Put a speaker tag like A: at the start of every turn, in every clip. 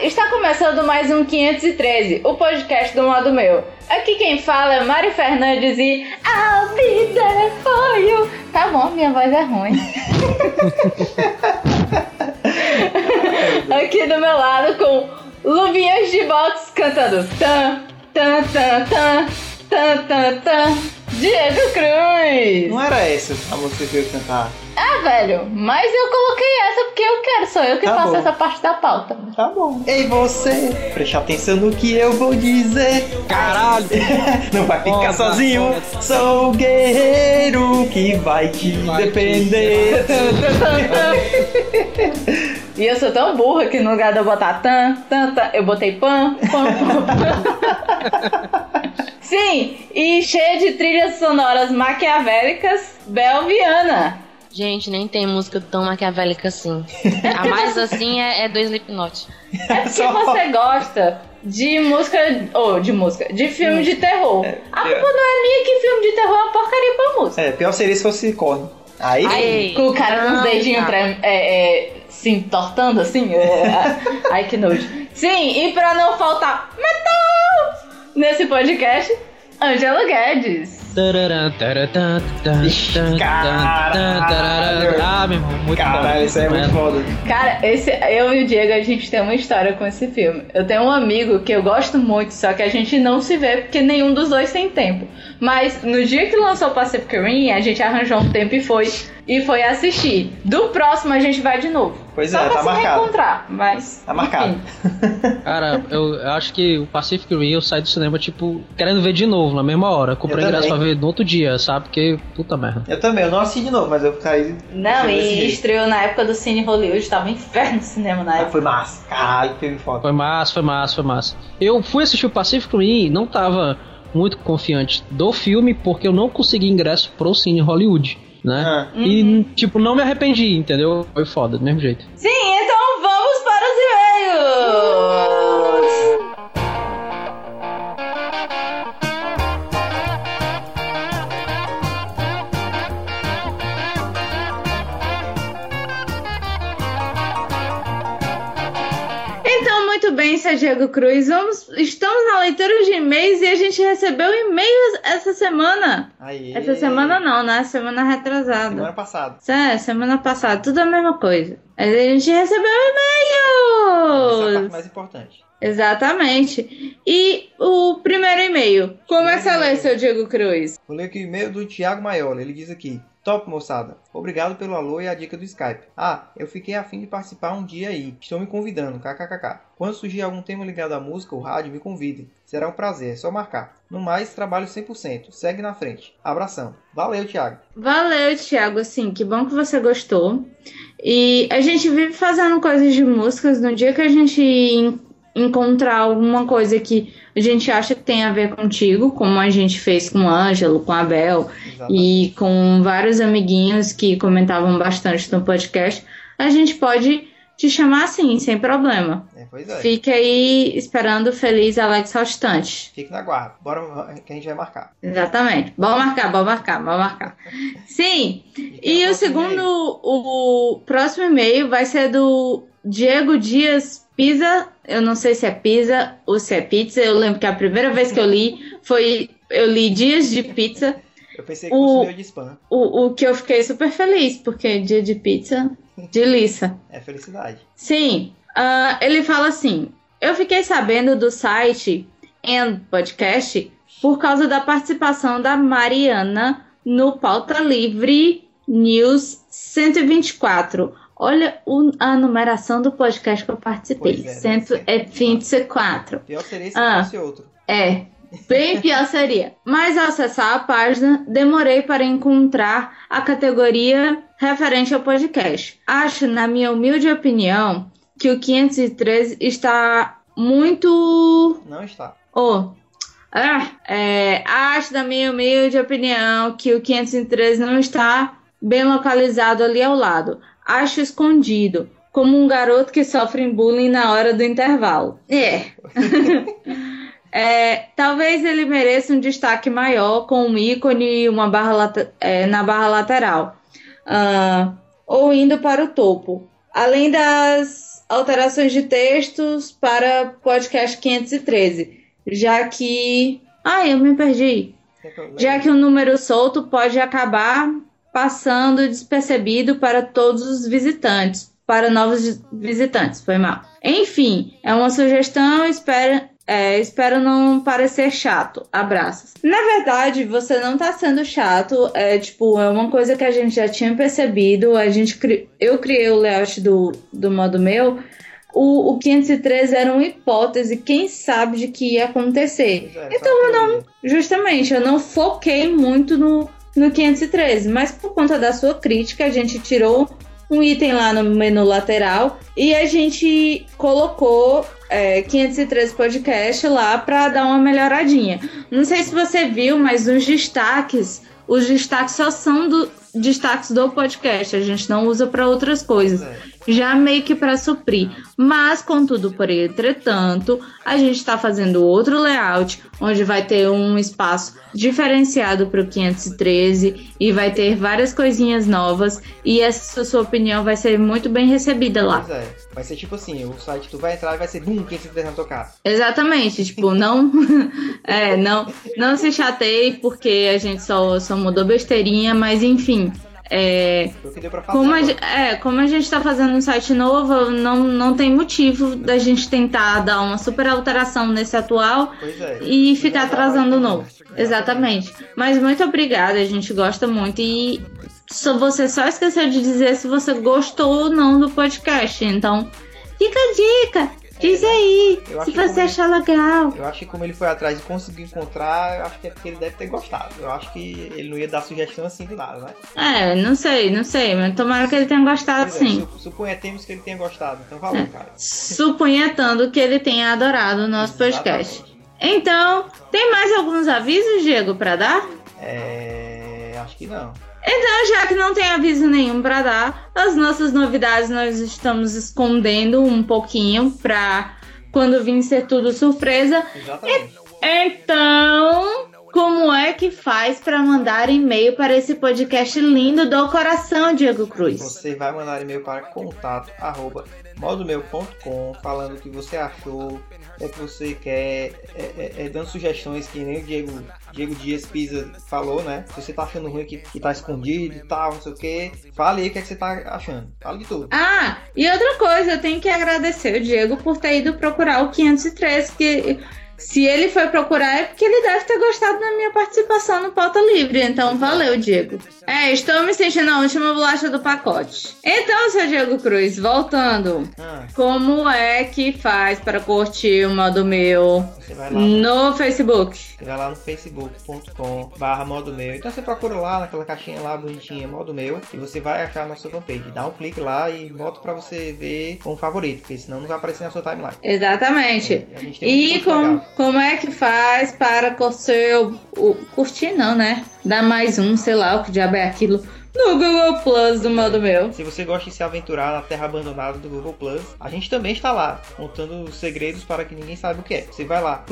A: Está começando mais um 513, o podcast do modo meu. Aqui quem fala é Mari Fernandes e I'll be there for you. Tá bom, minha voz é ruim. Aqui do meu lado com Luvinhas de Box cantando tan, tan, tan, tan, tan, tan, tan. Diego Cruz!
B: Não é? era essa a música que eu ia cantar.
A: Ah, velho, mas eu coloquei essa porque eu quero, sou eu que
B: Tá
A: faço
B: bom.
A: essa parte da pauta.
B: Tá bom. Ei, você, preste atenção no que eu vou dizer.
C: Caralho!
B: Não vai ficar
C: Nossa,
B: sozinho.
C: olha.
B: Sou o guerreiro que vai te
C: Vai te
B: defender.
A: E eu sou tão burra que no lugar de eu botar tan, tan, tan, eu botei pan, pan, pan. Sim, e cheia de trilhas sonoras maquiavélicas, Belviana.
D: Gente, nem tem música tão maquiavélica assim. A mais assim é, é do Slipknot.
A: É porque
B: Só-
A: você gosta de música, ou de música, de filme de terror. A
B: Hum. é.
A: culpa não é minha que filme de terror é uma porcaria pra música.
B: É, pior seria se fosse corno. Aí,
D: Ai,
A: Com o cara
D: Ah,
A: com os
D: tá.
A: dedinhos um pra, é, é, se entortando assim. é, a- ai que nojo. Sim, e pra não faltar metal nesse podcast, Angelo Guedes.
C: tá,
B: Caralho.
C: Ah, meu irmão, muito
B: caralho, isso aí é muito foda.
A: Cara, esse, eu e o Diego, a gente tem uma história com esse filme. Eu tenho um amigo que eu gosto muito, só que a gente não se vê porque nenhum dos dois tem tempo. Mas no dia que lançou Pacific Rim, a gente arranjou um tempo e foi. E foi assistir. Do próximo a gente vai de novo.
B: Pois
A: Só
B: é,
A: pra
B: tá
A: se
B: marcado.
A: reencontrar, mas.
B: Tá marcado.
A: enfim.
C: Cara, eu eu acho que o Pacific Rim eu saí do cinema, tipo, querendo ver de novo, na mesma hora. Comprei
B: Eu
C: ingresso pra
B: também.
C: ver no outro dia, sabe? Porque, puta merda.
B: Eu também, eu não assisti de novo, mas eu caí.
A: Não,
B: desse
A: e
B: jeito.
A: estreou na época do Cine Hollywood, tava um inferno de cinema na
B: Ah,
A: época.
B: foi massa. Caralho, teve foda.
C: Foi massa, foi massa, foi massa. Eu fui assistir o Pacific Rim e não tava muito confiante do filme porque eu não consegui ingresso pro Cine Hollywood, né?
B: Ah,
C: E, tipo, não me arrependi, entendeu? Foi foda, do mesmo jeito.
A: Sim, então vamos para os e-mails! Então, muito bem, seu Diego Cruz. Vamos, estamos na leitura de e-mails e a gente recebeu e-mails essa semana.
B: Ah, aí.
A: Essa semana não, né? Semana retrasada.
B: Semana passada.
A: É, semana passada, tudo a mesma coisa. Aí A gente recebeu um
B: Essa é a parte
A: e-mails!
B: mais importante.
A: Exatamente. E o primeiro e-mail. é Começa a ler, seu Diego Cruz.
B: Vou ler aqui o e-mail do Thiago Maiola. Ele diz aqui: Top moçada, obrigado pelo alô e a dica do Skype. Ah, eu fiquei afim de participar um dia aí. Estão me convidando, kkkk. Quando surgir algum tema ligado à música ou rádio, me convidem. Será um prazer, é só marcar. No mais, trabalho 100%. Segue na frente. Abração. Valeu, Thiago.
A: Valeu, Thiago. Assim, que bom que você gostou. E a gente vive fazendo coisas de músicas. No dia que a gente en- encontrar alguma coisa que a gente acha que tem a ver contigo, como a gente fez com o Ângelo, com a Bel,
B: Exatamente.
A: e com vários amiguinhos que comentavam bastante no podcast, a gente pode te chamar assim, sem problema.
B: É, pois é.
A: Fique aí esperando o feliz Alex Rostante.
B: Fique na guarda. Bora que a gente vai marcar.
A: Exatamente. Bom marcar, bom marcar, bom marcar. Sim, e
B: tem
A: o
B: outro É, e-mail.
A: segundo, o próximo e-mail vai ser do Diego Dias Pisa. Eu não sei se é Pisa ou se é pizza. Eu lembro que a primeira vez que eu li foi. Eu li Dias de Pizza.
B: Eu pensei que
A: o-
B: fosse meio de spam.
A: O, o que eu fiquei super feliz, porque dia de pizza, delícia.
B: É felicidade.
A: Sim, ah, ele fala assim: eu fiquei sabendo do site and podcast por causa da participação da Mariana no Pauta Livre News 124. Olha o- a numeração do podcast que eu participei:
B: Pois é,
A: 124.
B: Pior seria se
A: Ah.
B: fosse outro.
A: É, bem pior seria. Mas ao acessar a página, demorei para encontrar a categoria referente ao podcast. Acho, na minha humilde opinião, que o 513 está muito.
B: Não está.
A: Oh. Ah, é, acho, na minha humilde opinião, que o 513 não está bem localizado ali ao lado. Acho escondido, como um garoto que sofre bullying na hora do intervalo. É. É, talvez ele mereça um destaque maior com um ícone e uma barra lata- é, na barra lateral, Ah, ou indo para o topo. Além das alterações de textos para podcast 513, já que. Ai, eu me perdi. Já que o número solto pode acabar passando despercebido para todos os visitantes, para novos visitantes, foi mal. Enfim, é uma sugestão, espero, é, espero não parecer chato. Abraços. Na verdade, você não tá sendo chato. É tipo, é uma coisa que a gente já tinha percebido. A gente cri... Eu criei o layout do, do modo meu. O, o 503 era uma hipótese, quem sabe de que ia acontecer.
B: Pois é, só
A: então, eu
B: teoria.
A: não. Justamente, eu não foquei muito no, no 513, mas por conta da sua crítica, a gente tirou um item lá no menu lateral e a gente colocou é, 513 podcast lá para dar uma melhoradinha. Não sei se você viu, mas nos destaques, os destaques só são do, destaques do podcast, a gente não usa para outras coisas
B: Pois é.
A: já meio que para suprir. Mas, contudo, por entretanto, a gente está fazendo outro layout, onde vai ter um espaço diferenciado para o 513 e vai ter várias coisinhas novas. E essa sua opinião vai ser muito bem recebida lá.
B: Pois é. Vai ser tipo assim, o site tu vai entrar e vai ser bum, 503 na tua casa.
A: Exatamente, tipo, não é, não, não se chateie porque a gente só, só mudou besteirinha, mas enfim. É,
B: Foi o que deu pra fazer.
A: Como a,
B: agora.
A: ge- é, como a gente tá fazendo um site novo, não, não tem motivo da gente tentar dar uma super alteração nesse atual
B: Pois é.
A: e ficar atrasando o novo.
B: Exatamente.
A: Exatamente. Mas muito obrigada, a gente gosta muito e só você só esqueceu de dizer se você gostou ou não do podcast. Então, fica a dica, diz aí,
B: É, Eu acho
A: se
B: que
A: você
B: como-
A: achar legal.
B: Eu acho que como ele foi atrás e conseguiu encontrar, eu acho que é porque ele deve ter gostado. Eu acho que ele não ia dar sugestão assim do nada, né?
A: É, não sei, não sei, mas tomara que ele tenha gostado
B: Pois é,
A: Ah, sim. É.
B: su- suponhamos que ele tenha gostado. Então valeu, cara.
A: Suponhetando que ele tenha adorado o nosso podcast.
B: Exatamente.
A: Então, tem mais alguns avisos, Diego, pra dar?
B: É. Acho que não.
A: Então, já que não tem aviso nenhum pra dar, as nossas novidades nós estamos escondendo um pouquinho pra quando vir ser tudo surpresa.
B: Exatamente.
A: Então, como é que faz pra mandar e-mail para esse podcast lindo do coração, Diego Cruz?
B: Você vai mandar e-mail para contato arroba modomeu.com falando o que você achou, o que é que você quer, é, é, é, dando sugestões que nem o Diego, Diego Dias Pisa falou, né? Se você tá achando ruim que, que tá escondido e tal, não sei o que, fale aí o que, é que você tá achando. Fale de tudo.
A: Ah, e outra coisa, eu tenho que agradecer o Diego por ter ido procurar o 503, que se ele foi procurar é porque ele deve ter gostado da minha participação no Pauta Livre. Então, valeu, Diego. É, estou me sentindo a última bolacha do pacote. Então, seu Diego Cruz, voltando.
B: Ah,
A: Como é que faz para curtir o modo meu
B: você vai lá.
A: no Facebook?
B: Você vai lá no facebook.com barra modo meu. Então você procura lá naquela caixinha lá bonitinha, modo meu, e você vai achar a nossa fanpage. Dá um clique lá e bota pra você ver como favorito, porque senão não vai aparecer na sua timeline.
A: Exatamente.
B: A gente
A: E
B: é muito
A: como,
B: legal.
A: como é que faz para curtir o, o- Curtir não, né? Dar mais um, sei lá, o que diabo é aquilo. No Google Plus do modo meu.
B: Se você gosta de se aventurar na terra abandonada do Google Plus, a gente também está lá, contando os segredos para que ninguém saiba o que é. Você vai lá,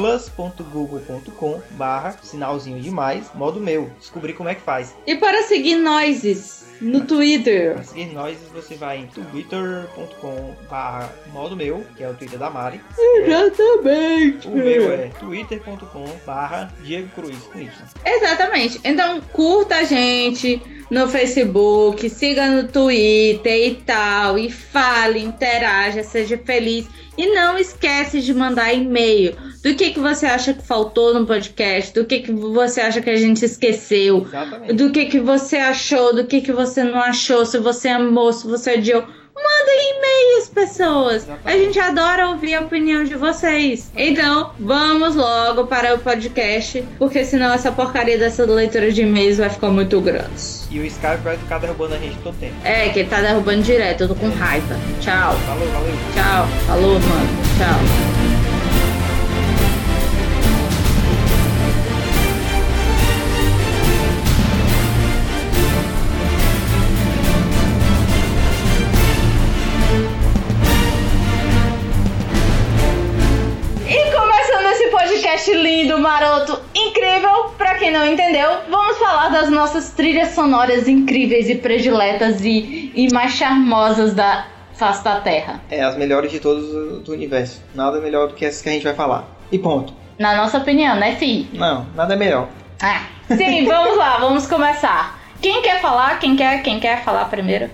B: plus.google.com barra sinalzinho demais, modo meu, descobrir como é que faz.
A: E para seguir Noises no Twitter.
B: Para seguir nós, você vai em twitter.com barra modo meu, que é o Twitter da Mari.
A: Exatamente.
B: O meu é twitter.com barra Diego Cruz com Y.
A: Exatamente. Então curta a gente no Facebook, siga no Twitter e tal. E fale, interaja, seja feliz. E não esquece de mandar e-mail. Do que, que você acha que faltou no podcast? Do que, que você acha que a gente esqueceu?
B: Exatamente.
A: do que, que você achou, do que, que você não achou, se você amou, se você odiou. Manda e-mails, pessoas. A gente adora ouvir a opinião de vocês. Então, vamos logo para o podcast, porque senão essa porcaria dessa leitura de e-mails vai ficar muito grande.
B: E o Skype vai ficar derrubando a gente todo tempo.
A: É, que ele tá derrubando direto, eu tô com raiva. Tchau,
B: Valeu, valeu.
A: tchau. Falou, mano. Tchau. E começando esse podcast lindo, maroto, incrível, pra quem não entendeu, vamos falar das nossas trilhas sonoras incríveis e prediletas e, e mais charmosas da
D: face da Terra.
B: É, as melhores de todos do universo. Nada melhor do que essas que a gente vai falar. E ponto.
D: Na nossa opinião, né, Fi?
B: Não, nada é melhor.
D: Ah. Sim, vamos lá, vamos começar. Quem quer falar? Quem quer? Quem quer falar primeiro?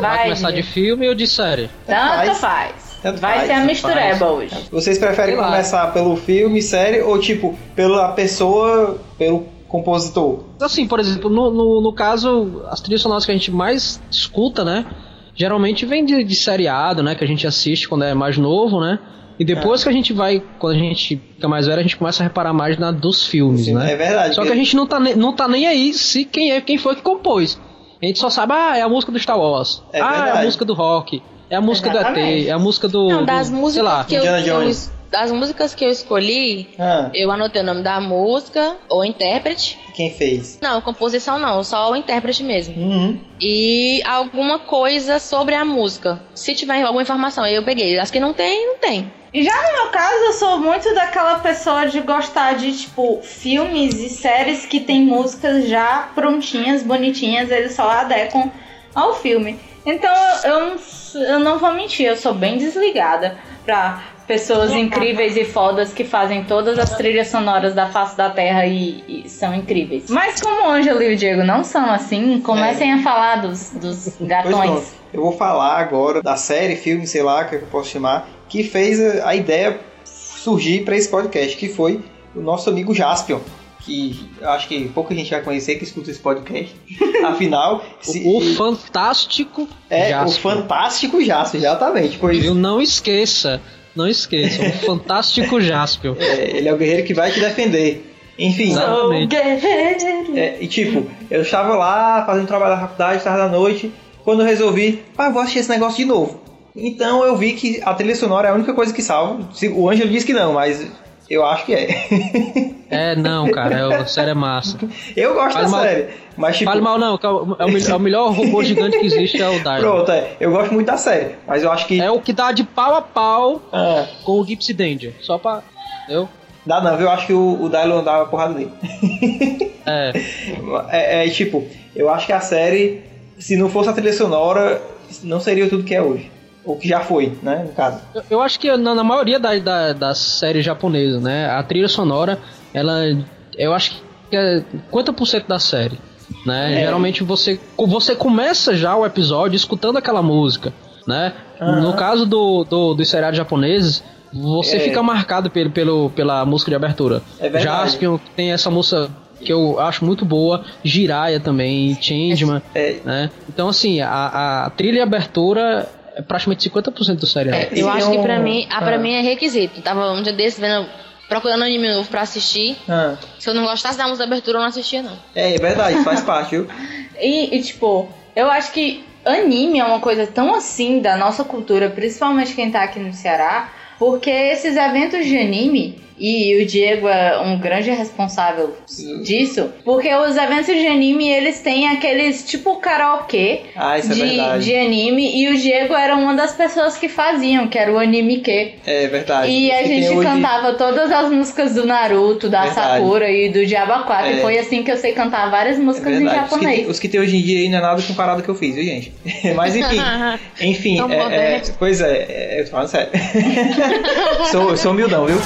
C: Vai começar de
D: gente.
C: filme ou de série?
D: Tanto
B: Faz.
D: faz.
B: Tanto
D: Vai
B: faz,
D: ser a
B: tanto
D: mistureba hoje.
B: Vocês preferem
C: Sei lá.
B: começar pelo filme, série ou tipo pela pessoa, pelo compositor?
C: Assim, por exemplo, no, no, no caso, as trilhas sonoras que a gente mais escuta, né? Geralmente vem de, de seriado, né? Que a gente assiste quando é mais novo, né? E
B: É.
C: depois que a gente vai, quando a gente fica mais velho, a gente começa a reparar mais na dos filmes,
B: Sim,
C: né?
B: É verdade.
C: Só que a gente não tá, ne- não tá nem aí se quem é quem foi que compôs. A gente só sabe, ah, é a música do Star Wars.
B: É
C: ah, é a
B: verdade.
C: música do rock. É a música do ET,
D: Exatamente.
C: é a música do.
E: Não, das
C: do- sei
E: músicas
C: lá.
E: que eu,
B: Indiana
E: que eu
B: Jones.
E: es- das músicas que eu escolhi,
B: Ah,
E: eu anotei o nome da música, ou intérprete.
B: quem fez?
E: Não, composição não, só o intérprete mesmo.
B: Uhum.
E: E alguma coisa sobre a música. Se tiver alguma informação, aí eu peguei. As que não tem, não tem.
D: E já no meu caso, eu sou muito daquela pessoa de gostar de, tipo, filmes e séries que tem músicas já prontinhas, bonitinhas, eles só adequam ao filme. Então eu, eu não s- eu não vou mentir, eu sou bem desligada pra pessoas incríveis e fodas que fazem todas as trilhas sonoras da face da terra e, e são incríveis. Mas como o Ângelo e o Diego não são assim, comecem
E: É.
D: a falar dos, dos gatões.
B: pronto. Eu vou falar agora da série, filme, sei lá, que eu posso chamar, que fez a a ideia surgir para esse podcast, que foi o nosso amigo Jaspion, que eu acho que pouca gente vai conhecer que escuta esse podcast. Afinal, se-
C: O, o fantástico.
B: é
C: Jaspion.
B: o fantástico Jaspion, exatamente. Pois
C: Viu? Não esqueça, não esqueça, o fantástico Jaspion.
B: é, ele é o guerreiro que vai te defender. Enfim.
C: Exato. Exatamente.
D: guerreiro.
B: É, e tipo, eu estava lá fazendo trabalho da faculdade, tarde da noite, quando eu resolvi, ah, vou assistir esse negócio de novo. Então eu vi que a trilha sonora é a única coisa que salva. Se- O Ângelo disse que não, mas eu acho que é.
C: É, não, cara, é, o- sério é massa.
B: Eu gosto
C: Fale
B: da
C: mal-
B: série, mas tipo,
C: Fale mal, não, que é o, é o mel- é o melhor robô gigante que existe é o Dino.
B: pronto, é, eu gosto muito da série, mas eu acho que
C: É o que dá de pau a pau
B: ah,
C: com o Gipsy Danger. Só pra. Eu?
B: dá não, viu? eu acho que o, o Dylan dava porrada nele.
C: É.
B: É, é, tipo, eu acho que a série, se não fosse a trilha sonora, não seria tudo que é hoje. Ou que já foi, né? No caso.
C: Eu- Eu acho que na, na maioria da- da- das séries japonesas, né? A trilha sonora, ela. Eu acho que é 50% da série. Né?
B: É.
C: Geralmente você, você começa já o episódio escutando aquela música. Né?
B: Aham.
C: No caso do, do, dos seriados japoneses, você
B: É.
C: fica marcado pelo, pelo, pela música de abertura.
B: É verdade.
C: Jaspion tem essa música que eu acho muito boa, Jiraiya também, Changeman,
B: É,
C: né? Então assim, a, a trilha e abertura é praticamente 50% do seriado.
B: É,
E: Eu
B: E
E: acho
B: eu-
E: que pra mim, ah, pra
B: ah.
E: mim é requisito. Tava um dia desse vendo, procurando anime novo pra assistir.
B: ah,
E: Se eu não gostasse da música da abertura, eu não assistia, não.
B: é, é verdade, faz parte, viu?
D: E, e, tipo, eu acho que anime é uma coisa tão assim da nossa cultura, principalmente quem tá aqui no Ceará, porque esses eventos de anime, e o Diego é um grande responsável disso, porque os eventos de anime eles têm aqueles tipo karaokê
B: Ah, isso é
D: de,
B: verdade.
D: de anime, e o Diego era uma das pessoas que faziam, que era o anime que.
B: É verdade.
D: E
B: Isso
D: a
B: que
D: gente
B: tem hoje-
D: cantava todas as músicas do Naruto, da
B: Verdade.
D: Sakura e do Diaba 4. E
B: É.
D: foi assim que eu sei cantar várias
B: É
D: músicas em
B: verdade. Os que tem-
D: japonês.
B: Os que tem hoje em dia aí não é nada comparado ao que eu fiz, viu, gente? Mas enfim. Enfim,
E: Tão
B: é, é,
E: moderno.
B: pois é, é, eu tô falando sério. sou, sou humildão, viu?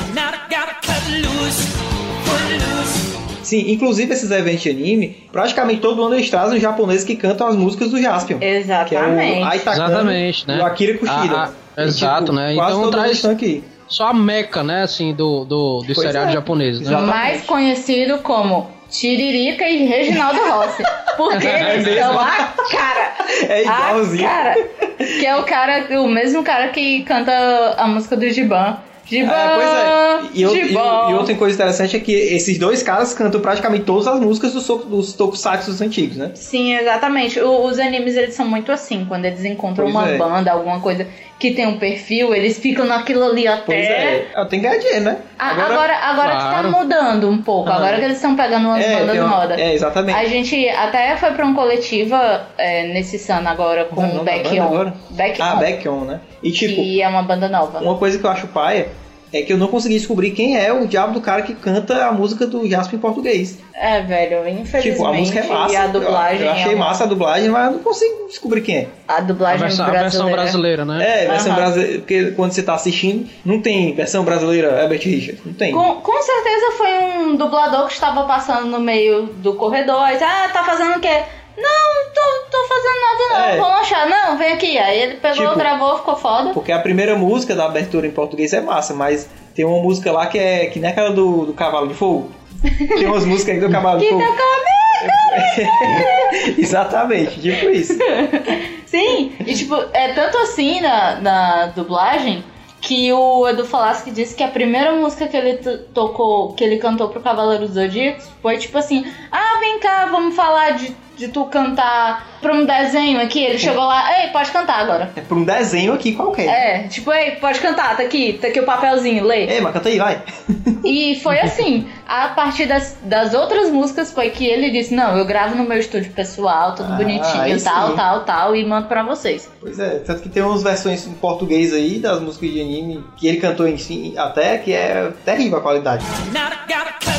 B: Sim, inclusive esses eventos de anime, praticamente todo ano eles trazem os japoneses que cantam as músicas do Jaspion. Que é o
D: Exatamente.
B: Aitakami
C: Exatamente, né?
B: e o Akira Kushida. tipo,
C: Ah, ah, exato, né?
B: Quase
C: Então
B: todos
C: traz-
B: eles estão aqui.
C: Só a meca, né, assim, do, do, do
B: Pois
C: seriado
B: é.
C: japonês. Né?
B: Exato. exatamente.
D: Mais conhecido como Tiririca e Reginaldo Rossi. Porque
C: É
D: eles
B: mesmo?
D: são a cara.
B: É igualzinho.
D: A Ah, cara. Que é o cara, o mesmo cara que canta a música do Giban. Giban!
B: É, pois é. E, eu- e-
D: Giban.
B: e outra coisa interessante é que esses dois caras cantam praticamente todas as músicas dos, so- dos tokusatsu antigos, né?
D: Sim, exatamente. O- os animes, eles são muito assim. Quando eles encontram
B: Pois
D: uma
B: é.
D: banda, alguma coisa que tem um perfil, eles ficam naquilo ali até...
B: Pois é. Ah, Tem que ganhar dinheiro, né?
D: A- Agora, agora,
C: Claro.
D: que tá mudando um pouco.
B: Ah.
D: Agora que eles estão pegando umas bandas
B: tem
D: de
B: uma-
D: moda.
B: é, exatamente.
D: A gente até foi pra um coletiva é, nesse Sano agora com
B: Como é o
D: o
B: nome da
D: um Back
B: banda
D: On.
B: agora?
D: Back
B: Ah,
D: On,
B: back on, né? E tipo,
D: que é uma banda nova.
B: uma coisa que eu acho paia é que eu não consegui descobrir quem é o diabo do cara que canta a música do Jasper em português.
D: É, velho, infelizmente.
B: Tipo, a música é massa.
D: E a dublagem.
B: eu, eu achei
D: é uma-
B: massa a dublagem, mas eu não consigo descobrir quem é.
D: A
C: A,
D: dublagem
C: versão, a
D: brasileira.
C: versão brasileira, né?
B: É, versão
D: Aham.
B: brasileira. Porque quando você tá assistindo, não tem versão brasileira Herbert Richards. Não tem.
D: Com, com certeza foi um dublador que estava passando no meio do corredor. e disse, ah, tá fazendo o quê? Não, tô, tô fazendo nada não,
B: É.
D: vou lanchar. Não, vem aqui. Aí ele pegou,
B: Tipo-
D: gravou, ficou foda.
B: Porque a primeira música da abertura em português é massa, mas tem uma música lá que é que nem aquela do, do Cavalo de Fogo. Tem umas músicas aqui do Cavalo de
D: Que
B: Fogo.
D: teu
B: Exatamente, tipo isso.
D: Sim, e tipo, é tanto assim na, na dublagem que o Edu Falaschi disse que a primeira música que ele to- tocou, que ele cantou pro Cavaleiro dos Zodíacos foi tipo assim: Ah, vem cá, vamos falar de, de tu cantar pra um desenho aqui. Ele chegou lá, ei, pode cantar agora.
B: É pra um desenho aqui qualquer.
D: É, tipo, ei, pode cantar, tá aqui, tá aqui o papelzinho, lê.
A: É.
B: Ei, mas canta aí, vai.
D: E foi assim, a partir das, das outras músicas foi que ele disse, não, eu gravo no meu estúdio pessoal, tudo
B: Ah, aí
D: bonitinho,
B: sim.
D: tal, tal, tal, e mando pra vocês.
B: Pois é, tanto que tem umas versões em português aí das músicas de anime que ele cantou em si até, que é terrível a qualidade. É.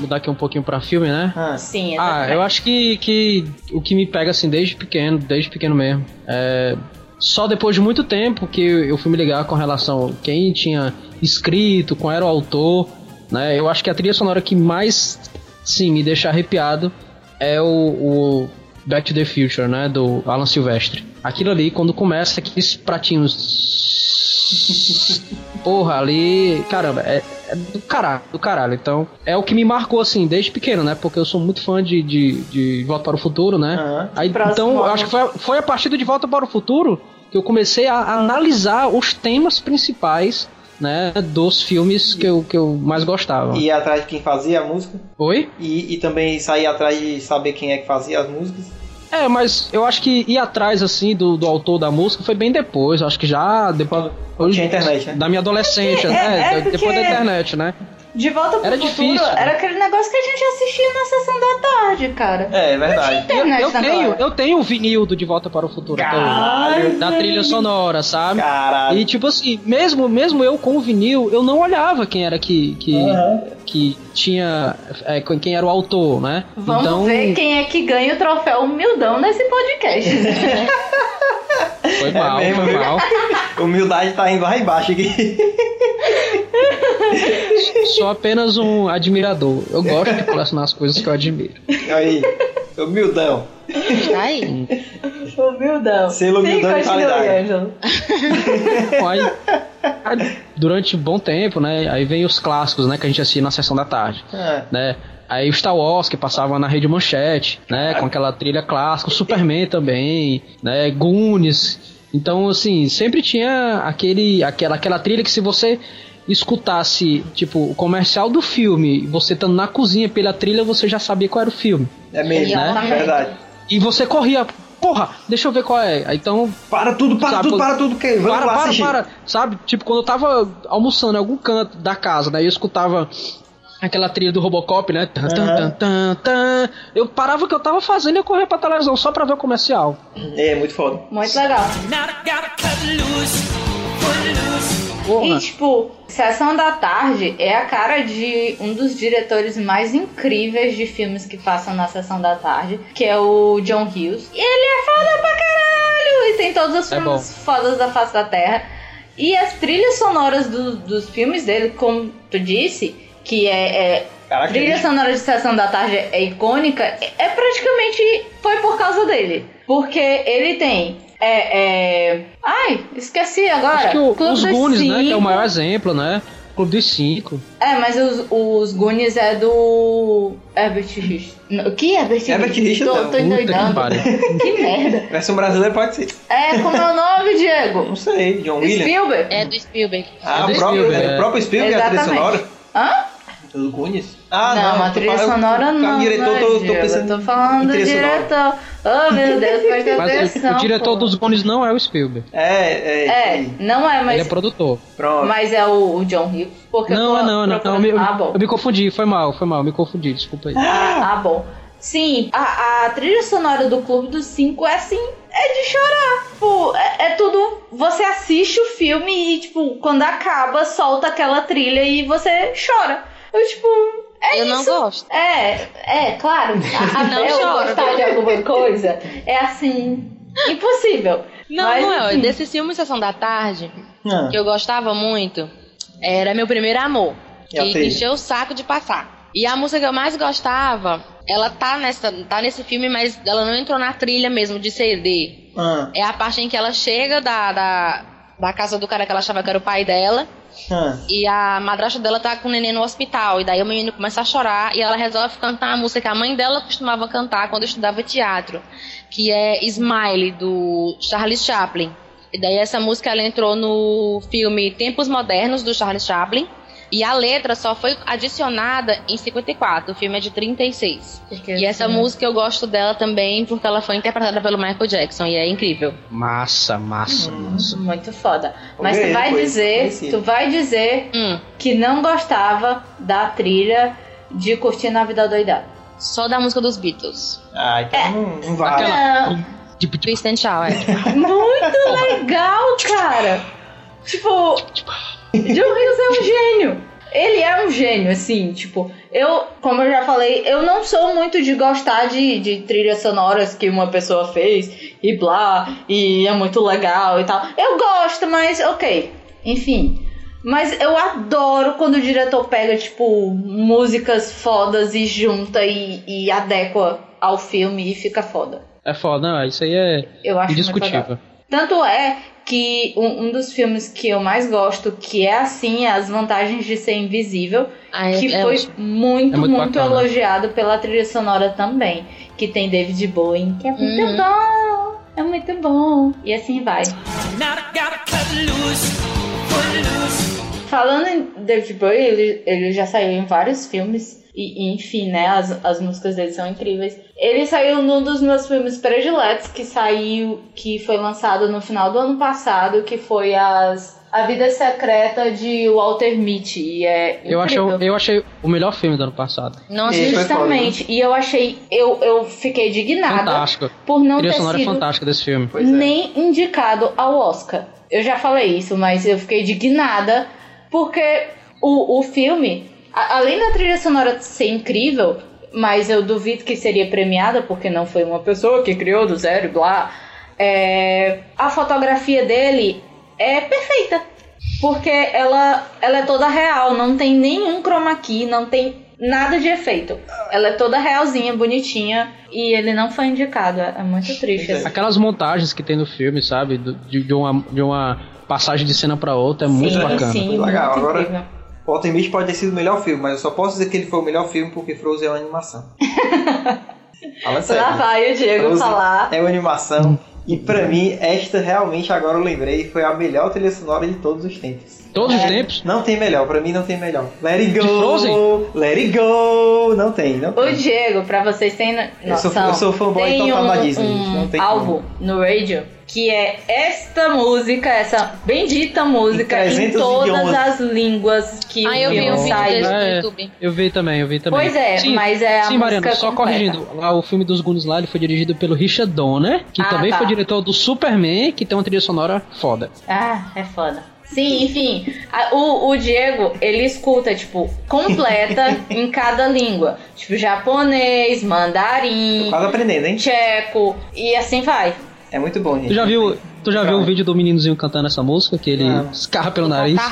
C: Mudar aqui um pouquinho pra filme, né?
B: Ah,
D: Sim,
C: Ah, eu acho que, que o que me pega assim desde pequeno, desde pequeno mesmo, é só depois de muito tempo que eu fui me ligar com relação a quem tinha escrito, qual era o autor, né? Eu acho que a trilha sonora que mais sim me deixa arrepiado é o, o Back to the Future, né, do Alan Silvestre. Aquilo ali quando começa aqueles pratinhos Porra, ali, caramba, é, é do caralho, do caralho. Então, é o que me marcou, assim, desde pequeno, né? Porque eu sou muito fã de, de, de Volta para o Futuro, né?
B: Aham.
C: Aí,
D: Próximo
C: então, eu
D: álbum.
C: acho que foi, foi a partir do De Volta para o Futuro que eu comecei a analisar os temas principais, né? Dos filmes que eu, que eu mais gostava.
B: E ia atrás de quem fazia a música.
C: Oi?
B: E, e também sair atrás de saber quem é que fazia as músicas.
C: É, mas eu acho que ir atrás, assim, do, do autor da música foi bem depois. eu Acho que já depois...
B: tinha internet, né?
C: Da minha adolescência,
D: É,
C: né?
D: é
C: depois
D: porque-
C: da internet, né?
D: De volta pro
C: Era
D: futuro
C: difícil, né?
D: era aquele negócio que a gente assistia na sessão da tarde, cara.
B: É, é verdade.
C: Eu,
D: Internet
C: eu
D: naquela
C: tenho,
D: hora.
C: eu tenho o vinil do De Volta para o Futuro até hoje,
B: Caralho,
C: da trilha sonora, sabe?
B: caralho.
C: E tipo assim, mesmo, mesmo eu com o vinil, eu não olhava quem era que, que,
B: Aham.
C: que tinha. é, quem era o autor, né?
D: Vamos ver quem é que ganha o troféu humildão nesse podcast.
C: foi
B: É
C: mal,
B: mesmo,
C: foi
B: viu?
C: mal.
B: Humildade tá indo lá embaixo aqui.
C: Sou apenas um admirador. Eu gosto de colecionar as coisas que eu admiro.
B: Aí, humildão.
A: Tá aí.
D: humildão.
B: Selo humildão de qualidade.
D: Ângelo.
C: Bom, aí, aí, durante um bom tempo, né? Aí vem os clássicos, né? Que a gente assistia na sessão da tarde.
B: Ah,
C: né? Aí o Star Wars que passava na Rede Manchete, né? Com aquela trilha clássica, o Superman também, né? Goonies. Então, assim, sempre tinha aquele, aquela, aquela trilha que se você escutasse, tipo, o comercial do filme, você estando na cozinha pela trilha, você já sabia qual era o filme.
B: é mesmo, né?
A: Exatamente.
B: Verdade.
C: E você corria, porra, deixa eu ver qual é. Aí, Então,
B: Para tudo, para
C: Sabe,
B: tudo,
C: quando-
B: para tudo. Que... Vamos
C: para,
B: lá
C: para,
B: assistir.
C: para. Sabe? Tipo, quando eu tava almoçando em algum canto da casa, né? Eu escutava aquela trilha do Robocop, né? Tan, tan,
B: Aham.
C: tan, tan, tan. Eu parava o que eu tava fazendo e eu corria pra televisão só pra ver o comercial.
B: É, muito foda.
D: Muito legal.
C: Porra.
D: E, tipo, Sessão da Tarde é a cara de um dos diretores mais incríveis de filmes que passam na Sessão da Tarde, que é o John Hughes. E ele é foda pra caralho! E tem todos os
C: É
D: filmes fodas da face da Terra. E as trilhas sonoras do- dos filmes dele, como tu disse, que é, é- a
B: Caraca,
D: trilha sonora de Sessão da Tarde é icônica, é é praticamente foi por causa dele. Porque ele tem. É, é- Ai, esqueci agora.
C: Acho que o-
D: Clube
C: os
D: dos
C: Goonies, né? Que é o
D: Cinco.
C: maior exemplo, né? Clube dos Cinco.
D: É, mas os, os Goonies é do. Herbert Richards. Não, Que Herbert
B: Herbert
D: Richards?
B: Richards,
D: Tô,
B: não.
D: tô
C: Puta que
D: endoidando.
C: pariu.
D: Que merda.
B: versão brasileira um pode ser.
D: É, como é o nome, Diego?
B: Não sei, John Williams.
D: Spielberg.
A: É do Spielberg.
B: Ah,
C: É
B: o
C: do
B: próprio,
C: Spielberg,
B: é.
C: é.
B: o próprio Spielberg é a trilha sonora.
D: Exatamente. Hã?
B: Do Goonies? Ah,
D: não, a
B: tu
D: trilha
B: fala- eu-
D: sonora
B: eu-
D: não.
B: diretor,
D: não é,
B: tô,
D: Diego,
B: tô pensando.
D: eu tô falando
B: em
D: do
B: trilha sonora.
D: diretor. Oh, meu Deus, presta
C: Mas
D: atenção.
C: o, o diretor
D: pô.
C: dos Goonies não é o Spielberg.
B: É, é.
D: É,
B: isso aí.
D: não é,
C: Ele é
D: mas.
C: produtor.
B: Pronto.
D: Mas é o, o John Hughes. Porque eu
C: Não,
D: tô
C: é não, não. não,
D: procurando-
C: eu,
D: ah, bom.
C: eu me confundi, foi mal, foi mal, me confundi, desculpa aí.
F: ah,
D: Ah, bom. Sim, a, a trilha sonora do Clube dos Cinco é assim, é
F: É de chorar. Tipo, é, é tudo. Você assiste o filme e, tipo, quando acaba, solta aquela trilha e você chora. Eu, tipo. É
D: eu
F: isso.
D: não gosto.
F: É, é, claro. A
D: Não
F: Bel
D: choro.
F: gostar de alguma coisa é assim. Impossível.
D: Não,
F: Mas,
D: não é.
F: enfim.
D: Desse filme Sessão da Tarde,
B: Ah,
D: que eu gostava muito, era meu primeiro amor.
B: Eu
D: Que
B: tenho.
D: encheu É o saco de passar. E a música que eu mais gostava, ela tá, nessa, tá nesse filme, mas ela não entrou na trilha mesmo de CD.
B: ah,
D: É a parte em que ela chega da, da, da casa do cara que ela achava que era o pai dela.
B: ah.
D: E a madrasta dela tá com o neném no hospital. E daí o menino começa a chorar. E ela resolve cantar a música que a mãe dela costumava cantar quando estudava teatro. Que é Smile, do Charles Chaplin. E daí essa música ela entrou no filme Tempos Modernos, do Charles Chaplin. E a letra só foi adicionada em 54. O filme é de 36.
F: Porque,
D: E essa
F: assim,
D: música eu gosto dela também porque ela foi interpretada pelo Michael Jackson. E é incrível.
C: Massa, massa,
D: Hum.
C: massa.
F: é Muito foda. Mas
B: Vê
F: tu vai
B: depois,
F: dizer,
B: esse.
F: tu vai dizer
D: Hum.
F: que não gostava da trilha de curtir na vida doidada.
D: Só da música dos Beatles.
B: Ah, então
D: É.
B: não, não vale.
C: Aquela-
F: Não,
C: Tipo, tipo,
D: Twist and Shout.
F: muito legal, cara. Tipo, John Hughes é um gênio. Ele é um gênio, assim, tipo, eu, como eu já falei, eu não sou muito de gostar de, de trilhas sonoras que uma pessoa fez e blá, e é muito legal e tal. Eu gosto, mas ok, enfim. Mas eu adoro quando o diretor pega, tipo, músicas fodas e junta e, e adequa ao filme e fica foda.
C: é foda, não, isso aí é
F: Eu acho muito legal.
C: indiscutível.
F: Tanto é que um, um dos filmes que eu mais gosto, que é assim, é As Vantagens de Ser Invisível,
D: Ah, é-
F: que
D: é
F: foi
D: ótimo.
F: muito,
C: É
F: muito,
C: muito bacana.
F: elogiado pela trilha sonora também, que tem David Bowie, que é muito
D: Uhum.
F: bom, é muito bom, e assim vai. Falando em David Bowie, ele, ele já saiu em vários filmes. E, e, enfim, né? As, as músicas dele são incríveis. Ele saiu num dos meus filmes prediletos, que saiu, que foi lançado no final do ano passado, que foi as A Vida Secreta de Walter Mitty. E é
C: Eu achei,
F: incrível.
C: eu achei o melhor filme do ano passado.
D: Não
B: Sim,
D: assisti.
B: É, foi foda,
F: Justamente. E eu achei. Eu, eu fiquei indignada
C: Fantástico.
F: por não ter
C: Trilha sonora é
F: sido
C: fantástica desse filme.
B: Pois é.
F: nem indicado ao Oscar. Eu já falei isso, mas eu fiquei indignada porque o, o filme, a- além da trilha sonora ser incrível, mas eu duvido que seria premiada porque não foi uma pessoa que criou do zero, e blá. é, a fotografia dele é perfeita porque ela, ela é toda real, não tem nenhum chroma key, não tem nada de efeito. Ela é toda realzinha, bonitinha e ele não foi indicado. É é muito triste.
B: Pois é.
F: assim.
C: Aquelas montagens que tem no filme, sabe? Do- De, de uma, de uma passagem de cena pra outra, é muito
F: sim,
C: bacana.
F: Sim,
B: Muito legal.
F: muito
B: Agora-
F: incrível.
B: Walter Mitty pode ter sido o melhor filme, mas eu só posso dizer que ele foi o melhor filme porque Frozen é uma animação. Fala
F: Lá
B: sério.
F: vai o Diego
B: Frozen
F: falar.
B: É uma animação. E pra mim, esta realmente, agora eu lembrei, foi a melhor trilha sonora de todos os tempos.
C: Todos
F: É.
C: os tempos.
B: Não tem melhor, pra mim não tem melhor. Let it go!
C: De Frozen?
B: Let it go! Não tem, não
F: O
B: tem.
F: Diego, pra vocês terem
B: Eu sou-
F: noção,
B: eu sou fanboy
F: tem
B: total
F: um,
B: da Disney,
F: um
B: gente, não tem
F: álbum no radio que é esta música, essa bendita música em,
B: 311.
F: todas as línguas que
D: Ah, eu
F: o
D: vi
F: filme
D: o vídeo
F: sai.
D: dele
C: É.
D: no YouTube.
C: Eu vi também, eu vi também.
F: Pois é,
C: Sim,
F: mas é a
C: Sim,
F: música
C: Mariana, só
F: completa.
C: corrigindo. Lá, o filme dos Goonies lá ele foi dirigido pelo Richard Donner, que
F: Ah,
C: também
F: tá.
C: foi diretor do Superman, que tem uma trilha sonora foda.
F: Ah, é foda. Sim, enfim, a- o, o Diego, ele escuta, tipo, completa em cada língua. Tipo, japonês, mandarim,
B: Quase aprendendo, hein?
F: tcheco, e assim vai.
B: É muito bom, gente.
C: Tu já viu, tu já viu o vídeo do meninozinho cantando essa música, que ele
B: Não.
C: escarra pelo nariz?
D: Tá,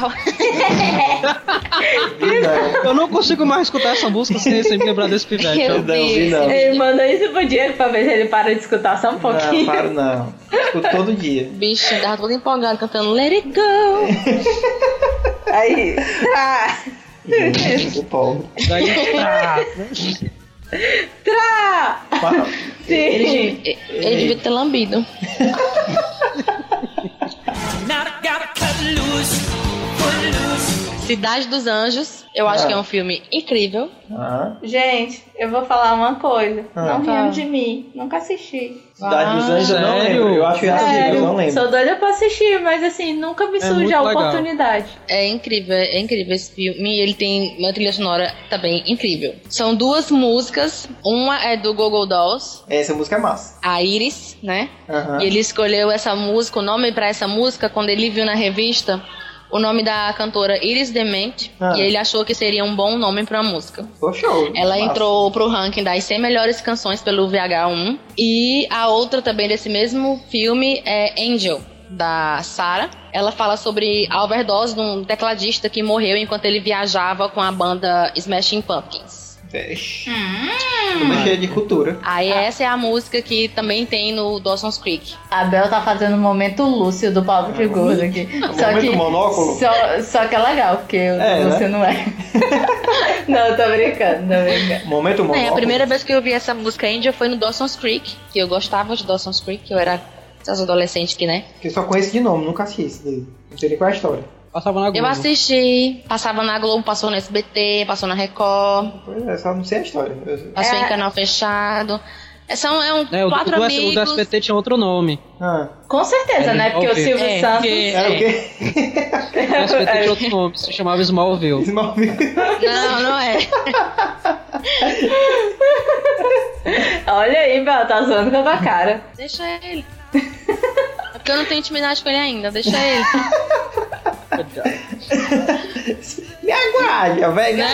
B: Não,
C: Eu não consigo mais escutar essa música sem, sem me lembrar desse pivete. ó.
D: Eu
B: não, vi
D: vi
B: não.
F: Ele manda isso pro Diego pra ver se ele para de escutar só um
B: Não,
F: pouquinho.
B: paro não. Escuto todo dia.
D: Bicho, eu tava todo empolgado cantando Let It Go.
F: Aí. Trá!
B: Gente, eu empolgo.
C: Daí, ah,
F: Trá!
B: Mas-
F: Sim.
D: Ele, ele devia ter lambido. Cidade dos Anjos, eu acho
B: Ah.
D: que é um filme incrível.
B: Ah,
F: Gente, eu vou falar uma coisa.
B: Ah.
F: não riam
D: Fala.
F: de mim. Nunca assisti.
B: Cidade dos Anjos, eu não
C: sério?
B: lembro. Eu acho que eu assisti, Tá, eu não lembro. É
F: Sou doida pra assistir, mas assim, nunca me surge
C: muito
F: a
C: legal.
F: oportunidade.
D: É incrível, é incrível esse filme. E ele tem uma trilha sonora também incrível. São duas músicas. Uma é do Google Dolls,
B: Essa música é massa.
D: a Iris, né?
B: Aham.
D: E ele escolheu essa música, o nome pra essa música, quando ele viu na revista o nome da cantora Iris Dement.
B: Ah.
D: E ele achou que seria um bom nome pra música.
B: Pô, show.
D: Ela
B: Massa.
D: entrou pro ranking das 100 melhores canções pelo VH1. E a outra também desse mesmo filme é Angel, da Sarah. Ela fala sobre a overdose de um tecladista que morreu enquanto ele viajava com a banda Smashing Pumpkins.
B: Vixe.
D: Hum.
B: Tudo cheio de cultura.
D: Aí essa é a música que também tem no Dawson's Creek.
F: A Bel tá fazendo o momento Lúcio do Paulo de Gordo aqui. Só
B: momento
F: que,
B: monóculo.
F: Só, só que é legal, porque
B: É,
F: o Lúcio não é. não, tô brincando, tô brincando.
B: Momento
D: É,
B: monóculo.
D: a primeira vez que eu vi essa música Angel foi no Dawson's Creek, que eu gostava de Dawson's Creek, que eu era essas adolescentes que, né?
B: Que eu só conheço de nome, nunca assisti esse daí. Não sei nem qual é a história.
C: Passava na Globo.
D: Eu assisti, passava na Globo, passou no SBT, passou na Record.
B: Pois é, só não sei a história. Eu-
D: Passou
F: É.
D: em canal fechado. É, São, é um
C: É, o, do-
D: quatro
C: o do- o
D: amigos.
C: do SBT tinha outro nome.
B: Ah,
F: Com certeza,
C: É,
F: né? Porque o
C: ok.
F: Silvio
D: É,
F: Santos.
D: porque-
B: era o quê?
C: O SBT tinha
F: É.
C: outro nome, se chamava Smallville.
B: Smallville.
D: Não, não é.
F: Olha aí, Bel, tá zoando com a tua cara.
D: Deixa ele. É Porque eu não tenho intimidade com ele ainda, deixa ele.
B: Me aguarde, velho.
D: Né?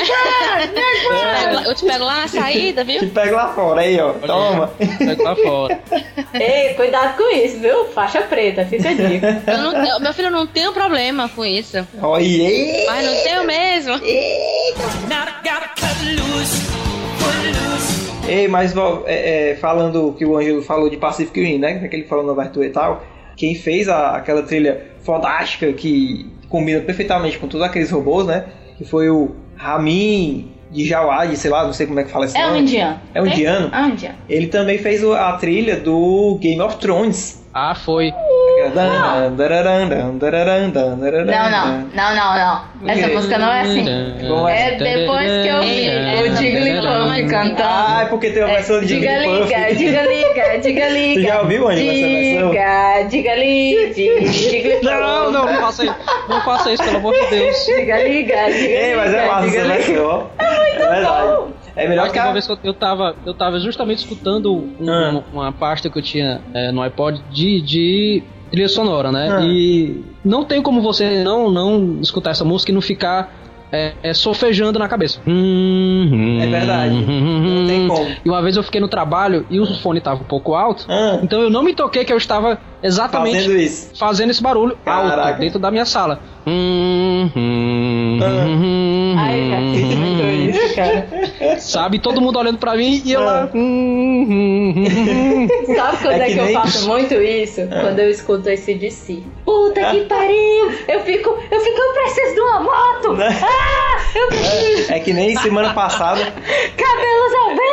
D: Eu te pego lá- Eu te pego lá na saída,
B: Te
D: viu?
B: pego lá fora, aí, ó.
C: Olha
B: Toma.
C: Sai pra fora.
F: Ei, cuidado com isso, viu? Faixa preta, fica a dica.
D: Eu não, eu- meu filho, eu não tenho problema com isso.
B: Olha aí.
D: Mas não tenho mesmo.
B: Ei, mas Val, é, é, falando que o Ângelo falou de Pacific Rim, né? Que ele falou na abertura e tal. Quem fez a- aquela trilha fodástica que combina perfeitamente com todos aqueles robôs, né? Que foi o Ramin de Jawad, sei lá, não sei como é que fala esse
F: É um
B: nome.
F: indiano.
B: É um indiano.
F: É um indiano.
B: Ele também fez o- a trilha do Game of Thrones.
C: Ah, foi.
F: Não, não, não, não, não. Essa
B: Ok.
F: música não é assim. É depois que eu vi É o Jigglypuff
B: Ah,
F: cantando.
B: é porque tem uma versão de
F: diga
B: Jigglypuff.
F: liga, diga liga, diga liga.
B: Tu já ouviu, Andy, essa versão?
F: Diga, diga liga, diga
C: Não, não, não faça isso. Não faça isso, pelo amor de Deus.
F: Diga liga, diga
B: Ei, mas é
F: liga,
B: massa
F: diga
B: essa
F: liga.
B: versão. É verdade. É melhor
C: Acho
B: que
C: que uma
B: a...
C: vez que eu- eu tava, eu tava justamente escutando um-
B: Ah.
C: um- uma pasta que eu tinha é, no iPod de, de trilha sonora, né?
B: Ah.
C: E não tem como você não, não escutar essa música e não ficar é, é, sofejando na cabeça. É
B: É verdade. Não tem como.
C: hum, E uma vez eu fiquei no trabalho e o fone tava um pouco alto,
B: Ah,
C: então eu não me toquei que eu estava exatamente
B: fazendo isso.
C: fazendo esse barulho
B: Caraca. Ah.
C: alto dentro da minha sala. Hum,
F: Ai, cara, que doido isso, cara.
C: Sabe? Todo mundo olhando pra mim e eu lá. "Hum,
F: Sabe quando
B: É
F: é,
B: que
F: que, eu
B: nem- Ah.
F: faço muito isso? Quando eu escuto esse DC. Puta que pariu! Eu fico, eu fico, eu preciso de uma moto! Ah,
B: Né? É que nem semana passada.
F: Cabelos ao vento!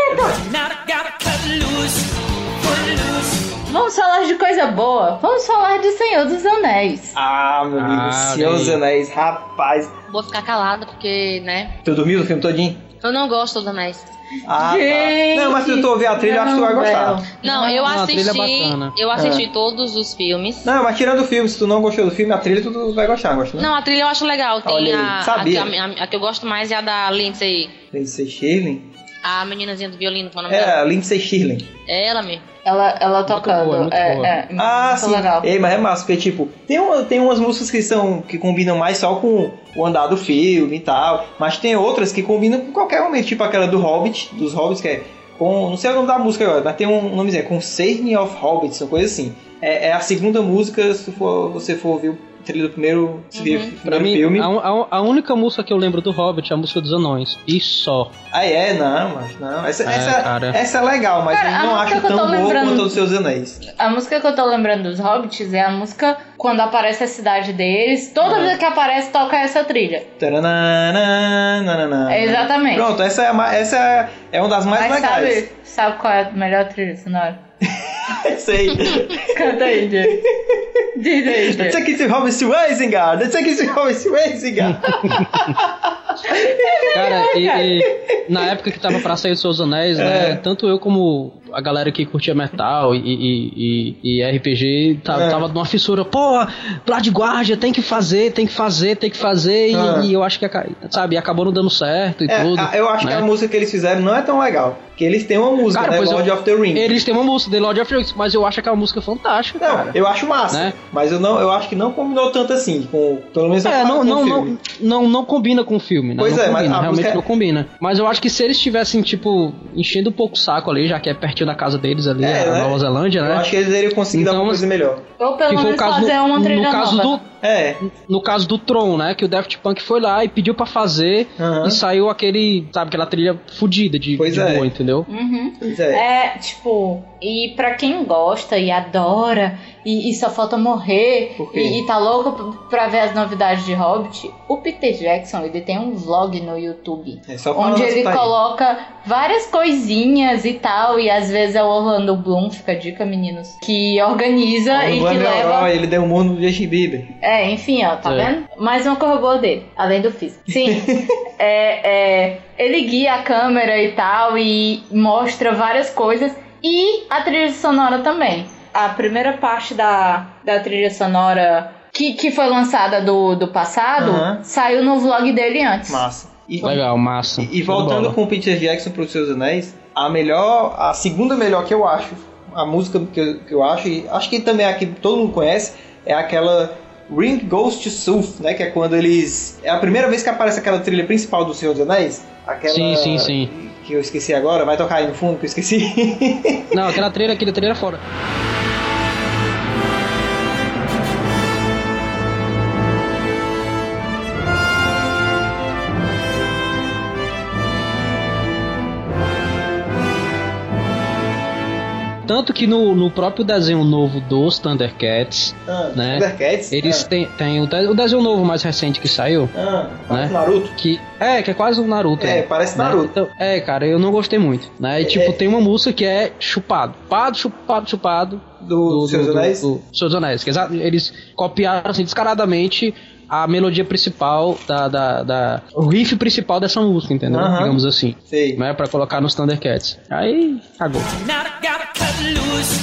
F: Vamos falar de coisa boa. Vamos falar de Senhor dos Anéis.
B: Ah, meu amigo,
C: Ah,
B: Senhor dos
C: bem.
B: Anéis, rapaz.
D: Vou ficar calada porque, né?
B: Tu dormiu o filme todinho?
D: Eu não gosto dos anéis.
B: Ah,
F: Gente,
B: tá. Não, mas se tu ouvir a trilha, eu acho que tu vai gostar.
F: Bel.
D: Não, eu
C: a trilha é
D: assisti.
C: bacana.
D: Eu assisti todos os filmes.
B: Não, mas tirando o filme, se tu não gostou do filme, a trilha tu vai gostar, gosta, né?
D: Não, a trilha eu acho legal. Tem
B: Olha aí,
D: a, a, que-
B: sabia.
D: a, a que eu gosto mais é a da Lindsay.
B: Lindsay Shirley?
D: A meninazinha do violino, qual é o nome dela?
B: É, Lindsay Shirley.
D: É ela mesmo.
F: Ela, ela tocando.
C: boa, muito
F: é,
C: boa.
F: é,
B: Ah,
F: muito
B: sim.
F: legal.
B: Ei, mas é massa, porque tipo, tem, uma, tem umas músicas que são que combinam mais só com o andar do filme e tal, mas tem outras que combinam com qualquer momento, tipo aquela do Hobbit, dos Hobbits, que é com, não sei o nome da música agora, mas tem um nomezinho, é com Save of Hobbits, uma coisa assim. É, é a segunda música, se for- você for ouvir o trilha do primeiro, se
F: Uhum.
B: vir- primeiro
C: Pra mim, é um-
B: filme.
C: a, un- a única música que eu lembro do Hobbit é a música dos anões. E só.
B: Ah, é? Não, mas não. Essa,
C: É,
B: essa,
C: cara.
B: essa é legal, mas
F: Cara,
B: eu não
F: a música
B: acho
F: que eu
B: tão
F: tô
B: boa
F: lembrando-
B: quanto os seus anéis.
F: A música que eu tô lembrando dos Hobbits é a música quando aparece a cidade deles. Toda vez que aparece, toca essa trilha.
B: Tarananananana.
F: Exatamente.
B: Pronto, essa é, a ma- essa é uma das mais
F: Mas
B: legais.
F: sabe, sabe qual é a melhor trilha sonora?
B: Sei.
F: Canta aí, Diego.
B: Let's take it to Robert Weisinger! Let's take it to Robert Weisinger!
C: Cara, e, e na época que tava pra sair os seus anéis,
B: É.
C: né? Tanto eu como a galera que curtia metal e, e, e- e RPG tava,
B: É.
C: tava numa fissura, pô, Blood Guardia tem que fazer, tem que fazer, tem que fazer, e-
B: É.
C: e, eu acho que aca- sabe, acabou não dando certo e
B: É,
C: tudo.
B: a- eu acho
C: né?
B: que a música que eles fizeram não é tão legal. Que eles têm uma música,
C: Cara,
B: né?
C: pois eu-
B: Lord of the Rings.
C: Eles têm uma música, The Lord of the Rings, mas eu acho aquela música fantástica,
B: Não,
C: cara.
B: eu acho massa,
C: Né?
B: mas eu não, eu acho que não combinou tanto assim com, pelo menos
C: É, não,
B: com o
C: não,
B: filme.
C: não, não, não combina com o filme, né?
B: Pois
C: não
B: é, mas
C: combina,
B: a
C: realmente
B: música é-
C: não combina. Mas eu acho que se eles estivessem, tipo, enchendo um pouco o saco ali, já que é pertinho da casa deles ali,
B: É,
C: a
B: né?
C: Nova Zelândia,
B: Eu
C: né?
B: acho que eles iriam conseguir dar
C: Então,
B: uma
C: mas-
B: coisa melhor.
F: Ou
C: Que
F: pelo
C: foi o
F: menos
C: caso
F: fazer uma
C: no,
F: trilha
C: no caso
F: nova.
C: do
B: É.
C: no caso do Tron, né, que o Daft Punk foi lá e pediu pra fazer
B: Aham.
C: e saiu aquele, sabe, aquela trilha fodida de,
B: Pois
C: de
B: é.
C: boa, entendeu?
F: Uhum.
B: Pois é.
F: É, tipo, e pra quem gosta e adora, e, e só falta morrer,
B: Por quê?
F: e, e tá louco p- pra ver as novidades de Hobbit, o Peter Jackson, ele tem um vlog no YouTube.
B: É só falar
F: Onde
B: das
F: ele
B: tá aí.
F: coloca várias coisinhas e tal, e às vezes é o Orlando Bloom, fica a dica, meninos, que organiza
B: Quando
F: e
B: o
F: que
B: André
F: leva.
B: Oral, ele deu um mundo do Justin Bieber.
F: É, enfim, ó, tá
C: É.
F: vendo? Mais uma corroborou dele, além do físico. Sim. é, é, ele guia a câmera e tal, e mostra várias coisas. E a trilha sonora também. A primeira parte da, da trilha sonora que, que foi lançada do, do passado
B: Aham.
F: saiu no vlog dele antes.
B: Massa. E,
C: Legal, massa.
B: e- e voltando
C: Bola.
B: com o Peter Jackson para os seus anéis, a melhor, a segunda melhor que eu acho, a música que eu, que eu acho, e acho que também é a que todo mundo conhece, é aquela Ring Ghost Sooth, né? Que é quando eles. É a primeira vez que aparece aquela trilha principal do Senhor dos Anéis. Aquela
C: Sim, sim, sim.
B: que eu esqueci agora, vai tocar aí no fundo que eu esqueci.
C: Não, aquela trilha, aquela trilha era fora. Tanto que no, no próprio desenho novo dos Thundercats,
B: Ah,
C: Né?
B: Thundercats.
C: eles têm, têm o, de- o desenho novo mais recente que saiu,
B: Ah, ah, parece
C: né?
B: Naruto.
C: que é, que é quase um Naruto.
B: É,
C: né?
B: parece
C: Né?
B: Naruto.
C: Então, é, cara, eu não gostei muito. Né? E, tipo, tem uma música que é chupado. Chupado, chupado, chupado.
B: Do, Senhor dos Anéis.
C: do Senhor dos Anéis. Que exa- eles copiaram, assim, descaradamente a melodia principal da, da, da- O riff principal dessa música, entendeu?
B: Aham.
C: Digamos assim.
B: Sei.
C: Né? Pra colocar nos Thundercats. Aí, cagou.
G: Now I gotta cut loose,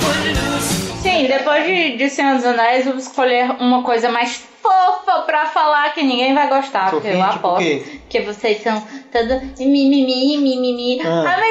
G: put loose.
F: Sim, depois de, de Senhor dos Anéis, eu vou escolher uma coisa mais fofa pra falar que ninguém vai gostar, porque eu
B: Fofinho, tipo o
F: aposto.
B: quê?
F: Porque vocês são todos mimimi, mimimi.
B: Ah.
F: A Melipolã!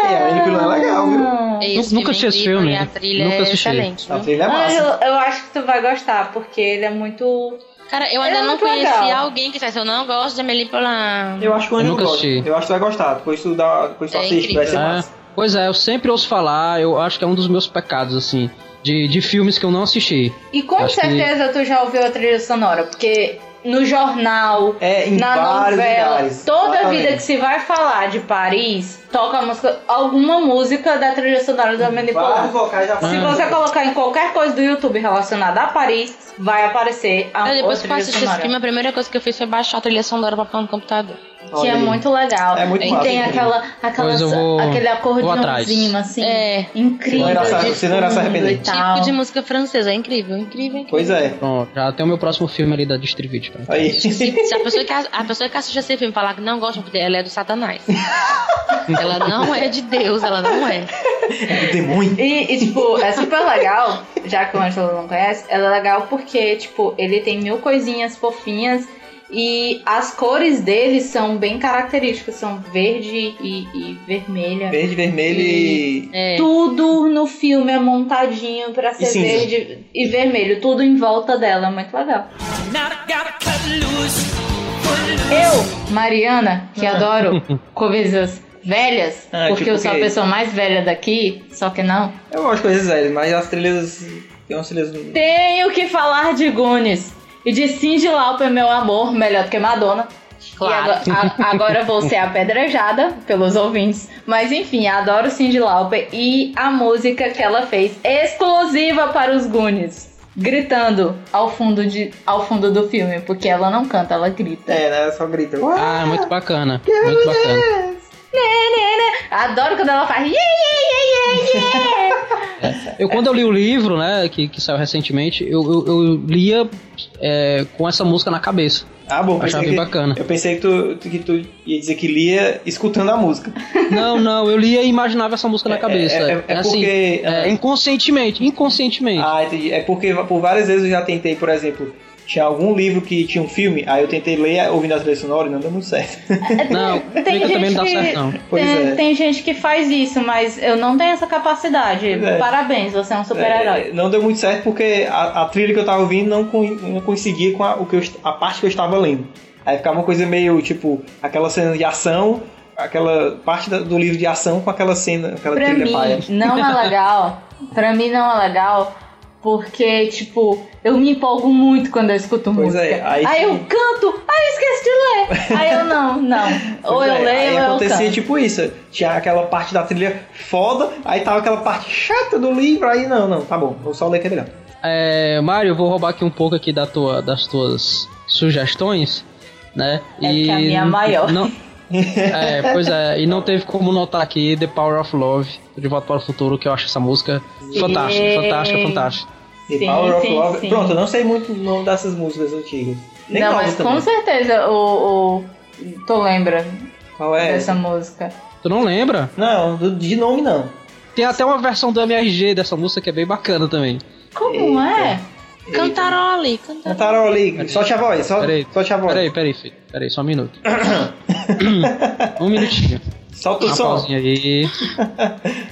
B: É, a Amelie Poulain é legal, viu?
D: Esse
C: Nunca
D: filme
C: assisti esse
D: é incrível
C: filme.
D: e A trilha
C: Nunca
D: é
C: assisti.
D: excelente.
B: A
D: viu?
B: trilha é
F: Ah,
B: massa.
F: eu, eu acho que tu vai gostar, porque ele é muito.
D: Cara, eu ainda
F: É
D: não
F: muito
D: conheci
F: legal.
D: alguém que faz. Eu não gosto de Amelie Poulain.
B: Eu acho que o
C: Eu
B: Anjo
C: nunca
B: gosta.
C: assisti.
B: Eu acho que tu vai gostar. Depois tu, dá, depois tu
D: É
B: assiste,
D: incrível.
B: vai ser
C: É.
B: massa.
C: Pois é, eu sempre ouço falar, eu acho que é um dos meus pecados, assim, de, de filmes que eu não assisti.
F: E com
C: Acho que-
F: certeza tu já ouviu a trilha sonora, porque no jornal,
B: É, em
F: na
B: vários
F: novela,
B: lugares.
F: toda
B: Exatamente.
F: vida que se vai falar de Paris, toca a música, alguma música da trilha sonora da Amelie Poulain.
B: Vários vocais já
F: Se
C: Ah.
F: você colocar em qualquer coisa do YouTube relacionada a Paris, vai aparecer a
D: Eu, depois
F: outra
D: que eu assisti esse
F: sonora,
D: filme, a primeira coisa que eu fiz foi baixar a trilha sonora pra pôr no computador.
F: Que
B: Olha
F: é
B: aí.
F: muito legal.
B: É muito
F: e
B: massa,
F: tem
B: incrível.
F: aquela, aquela,
C: Pois eu vou-
F: aquele
C: atrás.
F: acordeãozinho, assim.
D: É.
F: Incrível. Tipo
B: Você não irá se-
F: de
B: você não irá se
F: fundo
B: arrepender.
F: e tal.
D: Típico de música francesa. É incrível, incrível, incrível.
B: Pois é.
C: Pronto, já tem o meu próximo filme ali da Distribute. Cara.
B: Aí.
D: Se a pessoa, que, a pessoa que assiste esse filme falar que não gosta, ela é do satanás. ela não é de Deus, ela não é.
B: É demônio.
F: E, e, tipo, é super legal, já que o Angelo não conhece, ela é legal porque, tipo, ele tem mil coisinhas fofinhas e as cores dele são bem características, são verde e, e vermelha.
B: Verde, vermelho e.
D: É.
F: Tudo no filme é montadinho pra ser
B: cinza.
F: verde e vermelho, tudo em volta dela, é muito legal.
G: Now I gotta cut loose, put loose.
F: Eu, Mariana, que adoro coisas velhas,
B: Ah,
F: porque
B: tipo
F: eu sou a
B: quê?
F: pessoa mais velha daqui, só que não.
B: Eu gosto de coisas velhas, mas as trilhas. Tem umas trilhas.
F: Tenho que falar de Gunis e de Cindy Lauper, meu amor, melhor do que Madonna.
D: Claro.
F: E agora, a- agora vou ser apedrejada pelos ouvintes. Mas enfim, adoro Cindy Lauper e a música que ela fez exclusiva para os Gunis. Gritando ao fundo, de, ao fundo do filme, porque ela não canta, ela grita.
B: É, né? Só grita.
C: Ah, muito bacana. Muito bacana.
F: Adoro quando ela faz. "Iê, iê, iê, iê, iê".
C: Eu, quando eu li o livro, né, que, que saiu recentemente, eu, eu, eu lia é, com essa música na cabeça.
B: Ah, bom, pensei
C: Achava bem
B: que,
C: bacana.
B: eu pensei que tu, que tu ia dizer que lia escutando a música.
C: Não, não, eu lia e imaginava essa música na cabeça.
B: é, é, é
C: assim,
B: porque-
C: é, inconscientemente, inconscientemente.
B: Ah, entendi. É porque por várias vezes eu já tentei, por exemplo, tinha algum livro que tinha um filme, aí eu tentei ler ouvindo a trilha sonora e não deu muito certo.
C: não,
F: tem
C: Rita também não dá
F: gente
C: certo,
F: que-
C: não.
B: Pois
F: tem,
B: é.
F: tem gente que faz isso, mas eu não tenho essa capacidade.
B: Pois é.
F: Parabéns, você é um super-herói.
B: É, não deu muito certo porque a, a trilha que eu tava ouvindo não, co- não coincidia com a, o que eu est- a parte que eu estava lendo. Aí ficava uma coisa meio tipo aquela cena de ação, aquela parte da- do livro de ação com aquela cena, aquela
F: pra
B: trilha
F: mim
B: paia.
F: não é legal. Pra mim não é legal. Porque, tipo, eu me empolgo muito quando eu escuto
B: Pois
F: música.
B: é, aí
F: aí
B: que-
F: eu canto, aí eu esqueço de ler. Aí eu não, não. Ou
B: Pois
F: eu
B: é, aí
F: leio ou eu
B: acontecia
F: canto.
B: tipo isso. Tinha aquela parte da trilha foda, aí tava aquela parte chata do livro, aí não, não, tá bom, vou só ler que é melhor.
C: É, Mário, eu vou roubar aqui um pouco aqui da tua, das tuas sugestões, né?
F: É que a minha é maior.
C: Não, é, pois é, e não teve como notar aqui The Power of Love, De Volta para o Futuro, que eu acho essa música fantástica,
F: Sim.
C: fantástica, fantástica.
B: The
F: Sim,
B: Power of
F: sim,
B: Love.
F: sim.
B: Pronto, eu não sei muito o nome dessas músicas antigas. Nem
F: não,
B: novas
F: mas
B: também.
F: com certeza o. o... Tu lembra
B: Qual é?
F: dessa música?
C: Tu não lembra?
B: Não, do- de nome não.
C: Tem até uma versão do MRG dessa música que é bem bacana também.
F: Como é?
D: Cantarole, cantarole.
B: Cantaram ali. Solte a voz, só,
C: Peraí,
B: solte a voz.
C: Peraí, peraí, filho. Peraí, só um minuto. um minutinho.
B: Solta o
C: Uma
B: som.
C: pausinha aí.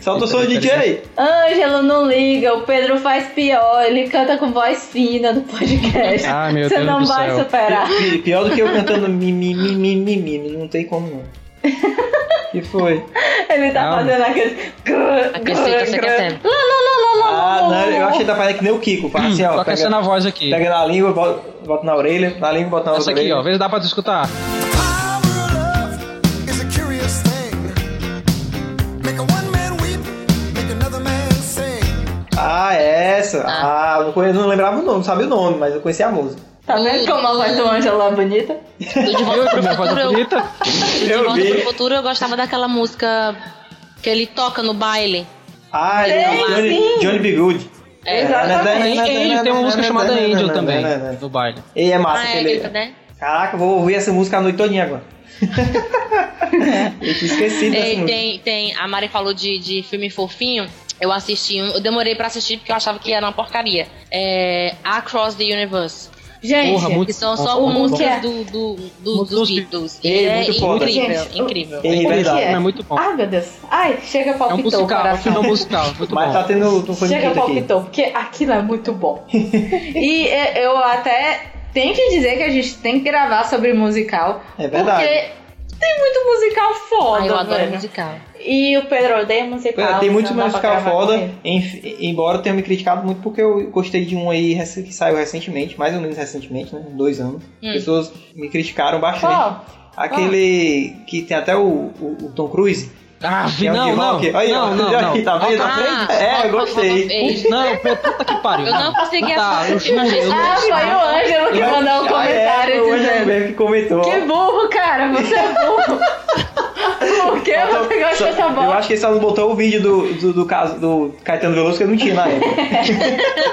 B: Solta o som,
C: Peraí,
B: DJ.
C: peraí.
F: Ângelo não liga, o Pedro faz pior, ele canta com voz fina do podcast.
C: Ah, meu
F: Você
C: Deus
F: não
C: do
F: vai
C: céu.
F: superar.
B: Pi- Pior do que eu cantando mi, mi, mi, mi, mi, mi, não tem como não. que foi?
F: Ele tá
C: Calma.
F: fazendo aquele.
D: Aquecendo,
C: é
D: aquecendo.
B: Ah, não, eu achei que tá parecendo que nem o Kiko. Fala assim, ó,
C: Tô aquecendo
B: pega,
C: a voz aqui.
B: pega na língua, bota, bota na orelha, na língua, bota na
C: Essa
B: outra
C: aqui, ó.
B: orelha.
C: Vê se dá pra tu escutar.
B: Ah, essa. Ah, não conhe- não lembrava o nome, não sabia o nome, mas eu conhecia a música.
F: Tá vendo como a voz do Ângelo é bonita?
D: Do De Volta
C: Viu?
D: pro
C: Minha voz é
D: Futuro, eu,
C: bonita.
D: do
B: Eu
D: De Volta
B: vi.
D: pro Futuro, eu gostava daquela música que ele toca no baile.
B: Ah, ele é o Johnny, Johnny B. Good.
D: É,
C: Tem Angel, tem uma música chamada Angel também, no baile.
B: E é massa
D: ah, é,
B: aquele.
D: Rita, né?
B: Caraca, vou ouvir essa música a noite todinha agora. eu tinha esquecido dessa
D: Ei,
B: música.
D: tem, tem, a Mari falou de, de filme fofinho. Eu assisti um, eu demorei pra assistir porque eu achava que era uma porcaria. É Across the Universe.
F: Gente,
C: Porra, muito
D: que são
C: bom,
D: só
C: muito
D: músicas
F: bom.
D: do, do, do-
C: Muito
D: dos
C: bom.
D: Beatles.
B: Ei,
D: é
B: muito foda.
D: incrível,
F: Gente,
D: incrível.
B: Ei,
F: o que
B: verdade.
F: é?
C: É muito bom.
F: Ai, meu Deus. Ai, chega
C: É um
F: palpitou o
C: musical, é um
F: coração.
C: filme musical. Muito
B: Mas tá
C: bom.
B: tendo. Não foi
F: Chega um
B: muito aqui.
F: palpitou, porque aquilo é muito bom. e é, eu até tenho que dizer que a gente tem que gravar sobre musical.
B: É verdade.
F: Porque tem muito musical foda,
D: Ah, eu adoro
F: velho.
D: musical.
F: E o Pedro odeia musical.
B: Tem muito
F: então dá pra
B: musical
F: gravar
B: foda,
F: com ele.
B: enf- embora tenha me criticado muito porque eu gostei de um aí rec- que saiu recentemente, mais ou menos recentemente, né? Dois anos.
D: Hum.
B: Pessoas me criticaram bastante.
F: Qual?
B: Aquele que tem até o, o- o Tom Cruise.
C: Ah,
B: que é o
C: não,
B: de
C: não.
B: rock. Aí, ó,
C: Não, não, Ah,
B: aí, tá
C: não.
B: vendo?
F: Ah, tá,
B: É, eu gostei.
D: Ei,
C: Não, pô, puta que pariu.
D: Eu não consegui
C: Tá, eu
D: assistir.
C: juro. eu não-
F: Ah, foi o Ângelo que mandou um
B: Ah, é,
F: comentário
B: foi o Ângelo
F: dizendo.
B: mesmo que comentou.
F: Que burro, cara, você é burro. Por que você gosta
B: Só-
F: dessa
B: Eu
F: bola?
B: acho que ele só não botou o vídeo do, do, do caso do Caetano Veloso que eu não tinha na época.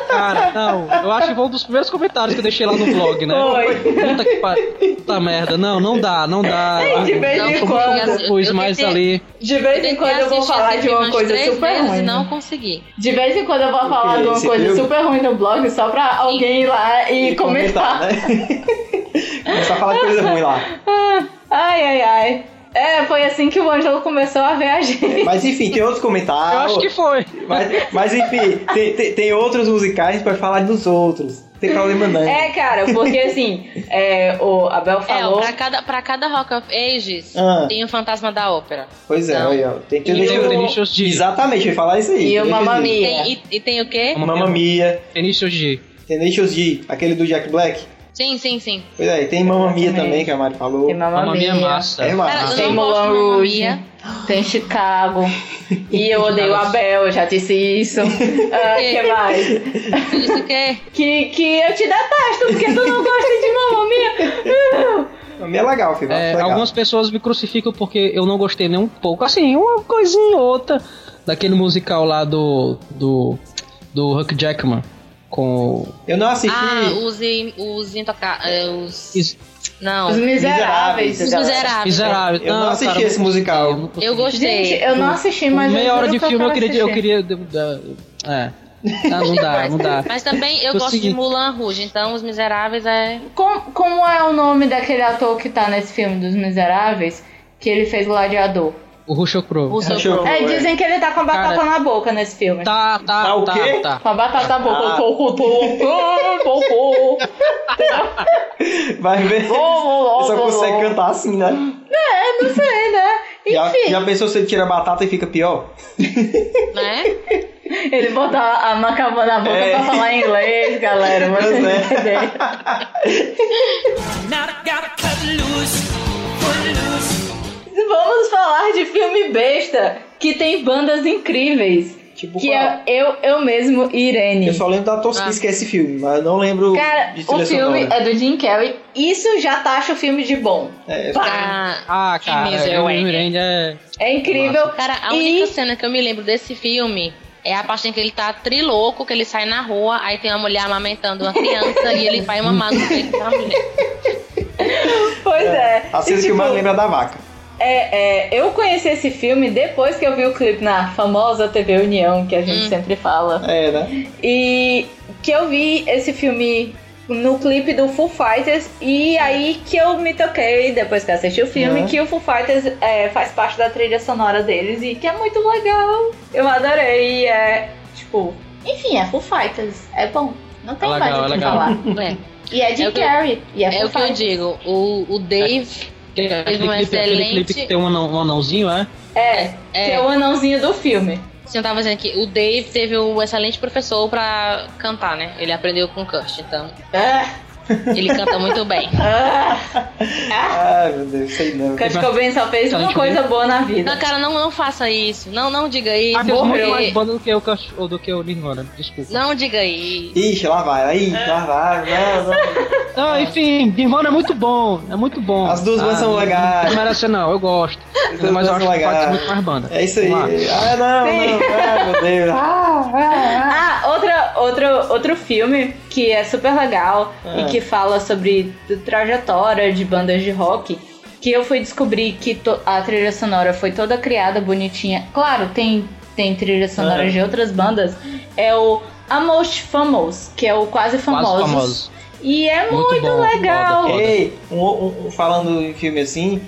C: Cara, não. Eu acho que foi um dos primeiros comentários que eu deixei lá no blog, né?
F: Foi.
C: Puta que pariu. Puta merda. Não, não dá, não dá.
F: de vez
C: Não,
F: em
C: como
F: quando.
C: eu não Pus
D: Eu
C: mais
D: tentei-
C: ali.
F: De vez em quando eu vou falar de uma coisa super
D: vezes
F: ruim.
D: e não
F: né?
D: consegui.
F: De vez em quando eu vou falar
B: quê?
F: de uma
B: Você
F: coisa
B: viu?
F: super ruim no blog só pra alguém ir lá e, comentar.
B: né? Começar a falar de coisa ruim lá.
F: Ai, ai, ai. É, foi assim que o Ângelo começou a ver a gente.
B: Mas enfim, tem outros
C: Eu
B: comentários.
C: acho que foi.
B: Mas, mas enfim, tem, tem, tem outros musicais pra falar dos outros. Não tem né? problema não.
F: É, cara, porque assim, é, o Abel
D: É,
F: falou.
D: ó, pra cada, pra cada Rock of Ages
B: Ah.
D: tem o Fantasma da Ópera.
B: Pois é,
D: Não.
B: aí, ó. Tem que
C: Tem
B: deixa-
C: o Tenacious D.
B: Exatamente, eu ia falar isso aí.
F: e o
B: Tenacious
F: Mamma
B: D.
D: E
F: Mia.
D: tem, e- e tem o quê?
B: Mamma Mia,
C: Tenacious D.
B: Tenacious D, aquele do Jack Black.
D: Sim, sim, sim.
B: Pois é, e tem Mamma Mia também, que a Mari falou.
F: Tem Mamma
C: Uma minha
F: Mia.
C: massa.
B: É
D: Cara,
B: massa.
D: eu
F: é Tem
D: não gosto
F: Moulin
D: de Mamma
F: Rouge,
D: Mia.
F: tem Chicago. E eu odeio o Abel, eu já disse isso. O que mais?
D: Tu disse o quê?
F: Que, que eu te detesto, porque tu não gosta de mamãe minha.
B: Mamma Mia é legal, filho.
C: É,
B: legal.
C: algumas pessoas me crucificam porque eu não gostei nem um pouco. Assim, uma coisinha ou outra. daquele musical lá do. do. do Huck Jackman. Com. o-
B: Eu não assisti.
D: Ah, use, use intoca... eh, os...
C: Is-
D: Não,
F: Os
D: os
F: Miseráveis.
B: Miseráveis.
D: miseráveis.
F: galera.
C: Miserável.
B: Eu não assisti
C: cara,
B: esse musical.
C: não consegui.
D: Ah, é. Eu gostei.
F: Gente,
B: Hum.
F: eu não assisti,
C: Com
F: mas
C: meia
F: eu
C: hora
F: juro
C: de
F: que
C: filme eu
F: quero
C: queria. Eu
F: assistir.
C: queria da- é. Ah, não dá, não dá.
D: Mas também eu
C: Tô
D: gosto de
C: seguindo.
D: Mulan Rouge, então Os Miseráveis é.
F: Com- como é o nome daquele ator que tá nesse filme dos Miseráveis? Que ele fez Gladiador.
C: O Russo Crow.
D: O seu
B: Achou
D: Pro.
B: que
F: É,
B: foi.
F: dizem que ele tá com a batata
C: Cara.
F: na boca nesse filme.
C: Tá,
B: Tá o
C: tá, tá,
B: quê?
C: tá.
F: Com a batata na boca.
B: Ah.
F: Pou, pou, pou, pou, pou, pou.
B: Vai ver.
F: Vou, vou,
B: Só
F: vou,
B: consegue
F: vou.
B: cantar assim, né?
F: É, não sei, né?
B: Já,
F: Enfim,
B: já pensou se ele tira a batata e fica pior?
D: né?
F: ele botar a macabra na boca
B: É.
F: pra falar em inglês, galera. Vocês
B: Pois é.
F: entenderam.
G: Now I gotta cut loose, foot loose.
F: Vamos falar de filme besta que tem bandas incríveis.
B: Tipo,
F: que
B: qual?
F: é eu, eu mesmo e Irene.
B: Eu só lembro da Tosquis, ah. esse filme, mas eu não lembro
F: É. Cara,
B: de
F: o
B: trilha
F: filme
B: sonora.
F: é do Jim Carrey. Isso já taxa o filme de bom.
B: É,
D: Ah,
C: Ah, cara,
D: Que miser,
C: eu
D: ué.
C: me lembro, é.
F: É incrível.
D: Cara, a
F: E-
D: única cena que eu me lembro desse filme é a parte em que ele tá trilouco, que ele sai na rua, aí tem uma mulher amamentando uma criança e ele vai mamar no peito da mulher.
F: Pois é.
B: a cena
F: E,
B: que eu
F: tipo,
B: mais lembro é da vaca.
F: é, é, eu conheci esse filme depois que eu vi o clipe na famosa TV União, que a gente
D: Hum.
F: sempre fala.
B: É, né?
F: E que eu vi esse filme no clipe do Foo Fighters. E aí que eu me toquei, depois que eu assisti o filme,
B: Uhum.
F: que o Foo Fighters é, faz parte da trilha sonora deles e que é muito legal. Eu adorei. É tipo. Enfim, é Foo Fighters. É bom. Não tem
C: É
F: mais
C: legal,
F: o que
C: é legal.
F: falar.
D: É,
F: E é Jim
D: É o que eu-
F: Carrey. E é,
D: é
F: Foo
D: o que eu
F: Fighters.
D: digo. O, o Dave
C: é Aquele
D: Teve um
C: clipe, aquele clipe que
D: excelente-
C: tem um, anão, um anãozinho, é?
F: É, que
D: é,
F: é o anãozinho do filme.
D: Você não tava dizendo que o Dave teve um excelente professor pra cantar, né? Ele aprendeu com o Kurt, então
F: Ah,
D: ele canta muito bem.
F: ah.
B: Ai, meu Deus, sei não.
F: Kurt Cobain só fez
C: Então,
F: uma
C: tipo,
F: coisa boa na
D: Não,
F: vida.
D: cara, não, não faça isso. Não, não diga isso.
C: Ah, fez muito
D: porque-
C: mais banda do que o, Kurt- ou do que o Nirvana, desculpa.
D: Não diga isso.
B: Ixi, lá vai, aí, lá vai, lá vai.
C: Ah, enfim, Nirvana é muito bom, é muito bom.
B: As duas
C: Ah,
B: bandas são
C: não-
B: legais.
C: Não merece não, eu gosto.
B: As duas
C: Mas
B: bandas
C: eu
B: são
C: acho que faz
B: legais.
C: muito mais banda.
B: É isso aí.
C: Vamos lá.
B: Ah, não, não. Ai, meu Deus.
F: Ah, outra, outro, outro filme que é super legal
B: É.
F: e que fala sobre t- trajetória de bandas de rock. Que eu fui descobrir que to- a trilha sonora foi toda criada, bonitinha. Claro, tem, tem trilha sonora
B: É.
F: de outras bandas. É o A Most Famous, que é o Quase Famosos.
C: Quase famosos.
F: E é muito,
C: bom,
F: legal.
C: foda, foda.
B: Ei, um- um- um- falando em filme assim,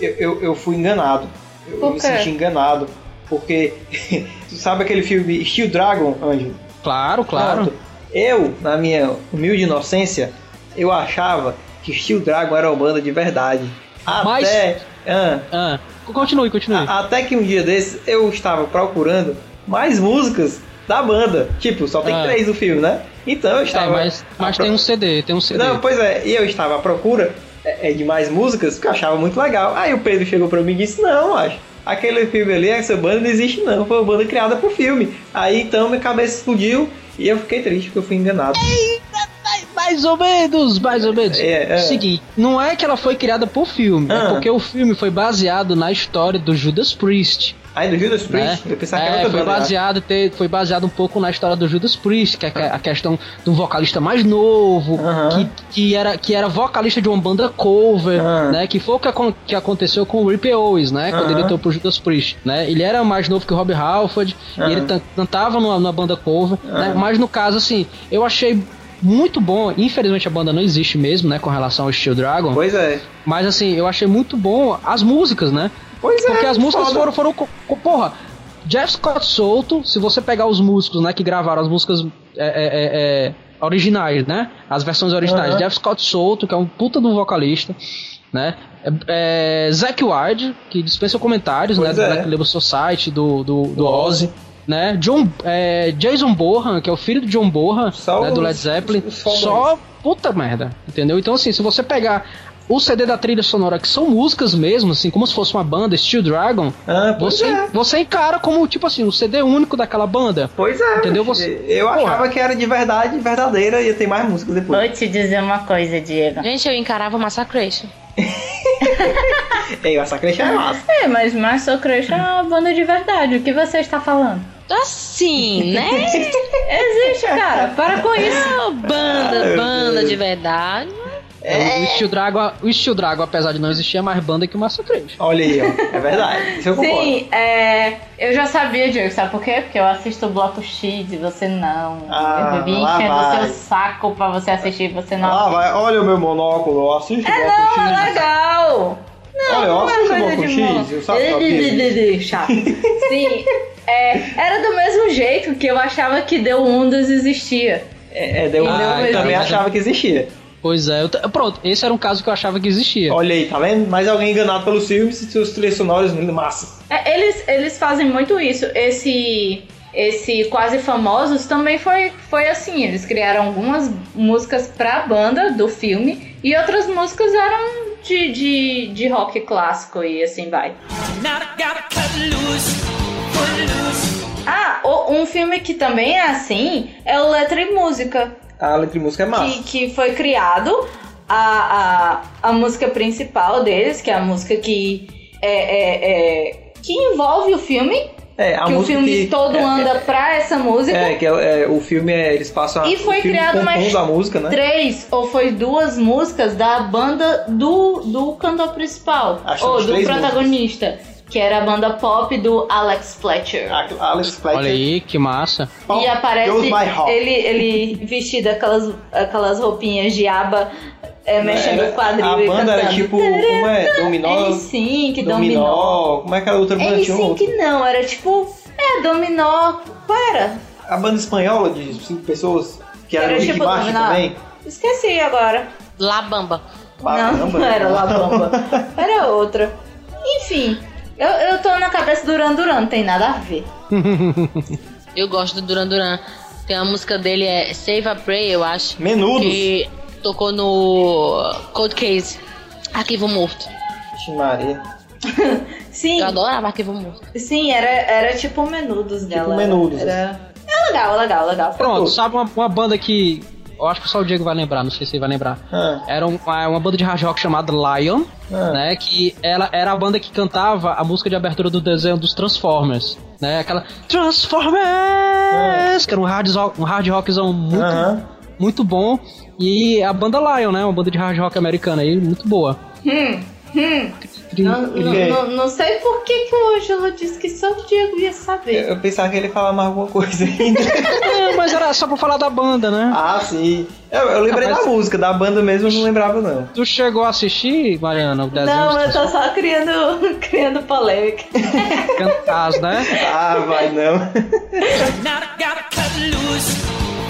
B: eu, eu, eu fui enganado. Eu
F: Por
B: me
F: quê?
B: senti enganado. Porque, tu sabe aquele filme Steel Dragon, Ângelo?
C: Claro, claro.
B: Pronto. Eu, na minha humilde inocência, eu achava que Steel Dragon era uma banda de verdade.
C: Mas-
B: Até, Ah,
C: Ah, continue, continue.
B: a- até que um dia desses eu estava procurando mais músicas da banda. Tipo, só tem
C: Ah.
B: três no filme, né? Então eu
C: É,
B: estava.
C: mas, mas tem um CD, tem um CD.
B: Não, pois é, e eu estava à procura é, é, de mais músicas que eu achava muito legal. Aí o Pedro chegou pra mim e disse: Não, acho. Aquele filme ali, essa banda não existe, não. Foi uma banda criada pro filme. Aí então minha cabeça explodiu e eu fiquei triste porque eu fui enganado.
C: Mais ou menos, mais ou menos.
B: É, é.
C: Seguinte, não é que ela foi criada por filme,
B: Ah.
C: é porque o filme foi baseado na história do Judas Priest.
B: Aí do Judas
C: né?
B: Priest, eu pensava que
C: É,
B: era outra
C: foi,
B: banda.
C: baseado, ter, foi baseado um pouco na história do Judas Priest, que é a- a questão de um vocalista mais novo,
B: Aham.
C: que, que, era, que era vocalista de uma banda cover,
B: Aham.
C: né? Que foi o que, acon- que aconteceu com o Rip Owens, né? Quando
B: Aham.
C: ele entrou pro Judas Priest, né? Ele era mais novo que o Rob Halford,
B: Aham.
C: e ele tan- cantava numa, numa banda cover, né?
B: Aham.
C: Mas no caso, assim, eu achei muito bom. Infelizmente a banda não existe mesmo, né? Com relação ao Steel Dragon.
B: Pois é.
C: Mas assim, eu achei muito bom as músicas, né?
B: Pois é.
C: Porque as músicas
B: foda.
C: foram, foram. co- co- Porra, Jeff Scott Solto, se você pegar os músicos, né, que gravaram as músicas é, é, é, é, originais, né? As versões originais.
B: Aham.
C: Jeff Scott Solto, que é um puta do vocalista, né? É, é, Zack Ward, que dispensa comentários,
B: Pois
C: né?
B: é.
C: Do Black Label Society, do, do, do
B: Do
C: Ozzy. Né? John, é, Jason Bohan, que é o filho do John Bohan,
B: Só
C: né, do
B: os-
C: Led Zeppelin,
B: os fodões.
C: só puta merda, entendeu? Então, assim, se você pegar o CD da trilha sonora, que são músicas mesmo, assim, como se fosse uma banda, Steel Dragon,
B: Ah, pois
C: você,
B: é.
C: você encara como, tipo assim, o CD único daquela banda.
B: Pois é.
C: Entendeu?
B: mas
C: Você-
B: Eu
C: Porra.
B: achava que era de verdade, verdadeira, ia ter mais música depois.
F: te dizer uma coisa, Diego.
D: Gente, eu encarava o Massacration.
B: Ei, o Massacre é massa.
F: É, mas Marcel Crush é uma banda de verdade. O que você está falando?
D: Assim, né?
F: Existe, cara. Para com isso.
D: Ô, banda, banda de verdade.
B: É.
C: O Steel Dragon, o Steel Dragon, apesar de não existir, é mais banda que o Massacre.
B: Olha aí, ó. É verdade. Isso eu concordo.
F: Sim, é, eu já sabia, Diego, sabe por quê? Porque eu assisto o Bloco X e você não.
B: Ah,
F: eu vivi
B: lá
F: enchendo o
B: vai.
F: seu saco pra você assistir e você não.
B: Ah, vai. Olha o meu monóculo, eu assisto o bloco X.
F: É legal!
B: Olha, eu assisto o bloco X, eu sabe o que
F: Chato. Sim, é, era do mesmo jeito que eu achava que Deu Ondas existia.
B: É, é, deu
F: Ah,
B: eu
F: então,
B: também
C: então.
B: achava que existia.
C: Pois é, eu t- pronto, esse era um caso que eu achava que existia.
B: Olha aí, tá vendo? Mais alguém enganado pelos filmes e seus trilhos sonoros massa.
F: É, eles, eles fazem muito isso. Esse esse quase famosos também foi, foi assim. Eles criaram algumas músicas pra banda do filme e outras músicas eram de, de, de rock clássico e assim vai.
G: Now I gotta cut loose, foot loose.
F: Ah, o- um filme que também é assim é o Letra e Música,
B: A letra e música é massa.
F: que, que foi criado a, a, a música principal deles, que é a música que é, é- é- que envolve o filme,
B: É, a
F: que o
B: música
F: filme
B: que,
F: todo
B: é,
F: anda pra essa música.
B: É, que é, é, o filme é, eles passam a-
F: E foi
B: o filme
F: criado mais
B: compondo a música, né?
F: três ou foi duas músicas da banda do, do cantor principal.
B: Acho que
F: ou
B: as
F: do
B: três
F: protagonista. Que era a banda pop do Alex Fletcher.
B: A- a Alex Fletcher.
C: Olha aí, que massa.
B: Ah, Pop
F: e
B: Goes
F: aparece
B: by Rock.
F: ele, ele vestido aquelas, aquelas roupinhas de aba, é, mexendo
B: Era-
F: o quadril
B: A
F: e
B: banda
F: cantando.
B: era tipo, como é? Dominó,
F: N5,
B: dominó,
F: dominó.
B: Como é que era a outra banda? Tinha
F: N5
B: outra.
F: que não, era tipo, é, dominó. Qual era?
B: A banda espanhola de cinco pessoas, que era,
F: Era
B: o Rick
F: tipo
B: Martin
F: dominó.
B: também.
F: Esqueci agora.
D: La Bamba.
F: Não, não
B: né?
F: era La Bamba. Era outra. Enfim, eu, eu tô na cabeça do Duran Duran, não tem nada a ver.
D: Eu gosto do Duran Duran. Tem uma música dele, é Save a Pray, eu acho.
B: Menudos.
D: Que tocou no Cold Case. Arquivo Morto.
B: Ixi, Maria.
F: Sim,
D: Eu adorava Arquivo Morto.
F: sim, era, era tipo menudos dela. era-
B: Menudos.
F: Era... É legal, é legal, é legal.
C: Pronto, sabe uma, uma banda que eu acho que só o Diego vai lembrar, não sei se ele vai lembrar.
B: Ah,
C: Era um- uma, uma banda de hard rock chamada Lion,
B: ah.
C: né? Que ela era a banda que cantava a música de abertura do desenho dos Transformers, né? Aquela Transformers, que era um hard, zo- um hard rockzão muito,
B: Aham.
C: muito bom. E a banda Lion, né? Uma banda de hard rock americana aí, muito boa.
F: Hum, hum.
C: Cri-
F: Não, não,
B: é?
F: não- não sei por que, que o Ângelo disse que só o Diego ia
B: Eu
F: saber.
B: eu pensava que ele ia falar mais alguma coisa ainda.
C: É, mas era só pra falar da banda, né?
B: ah, sim. Eu, eu lembrei
C: Mas-
B: da música, da banda mesmo eu não lembrava, não.
C: Tu chegou a assistir, Mariana, o desenho
F: Não,
C: dos
F: eu tô
C: Transformers?
F: só criando, criando polêmica.
C: Caso, né?
B: Ah, vai não.
G: Now I gotta cut loose,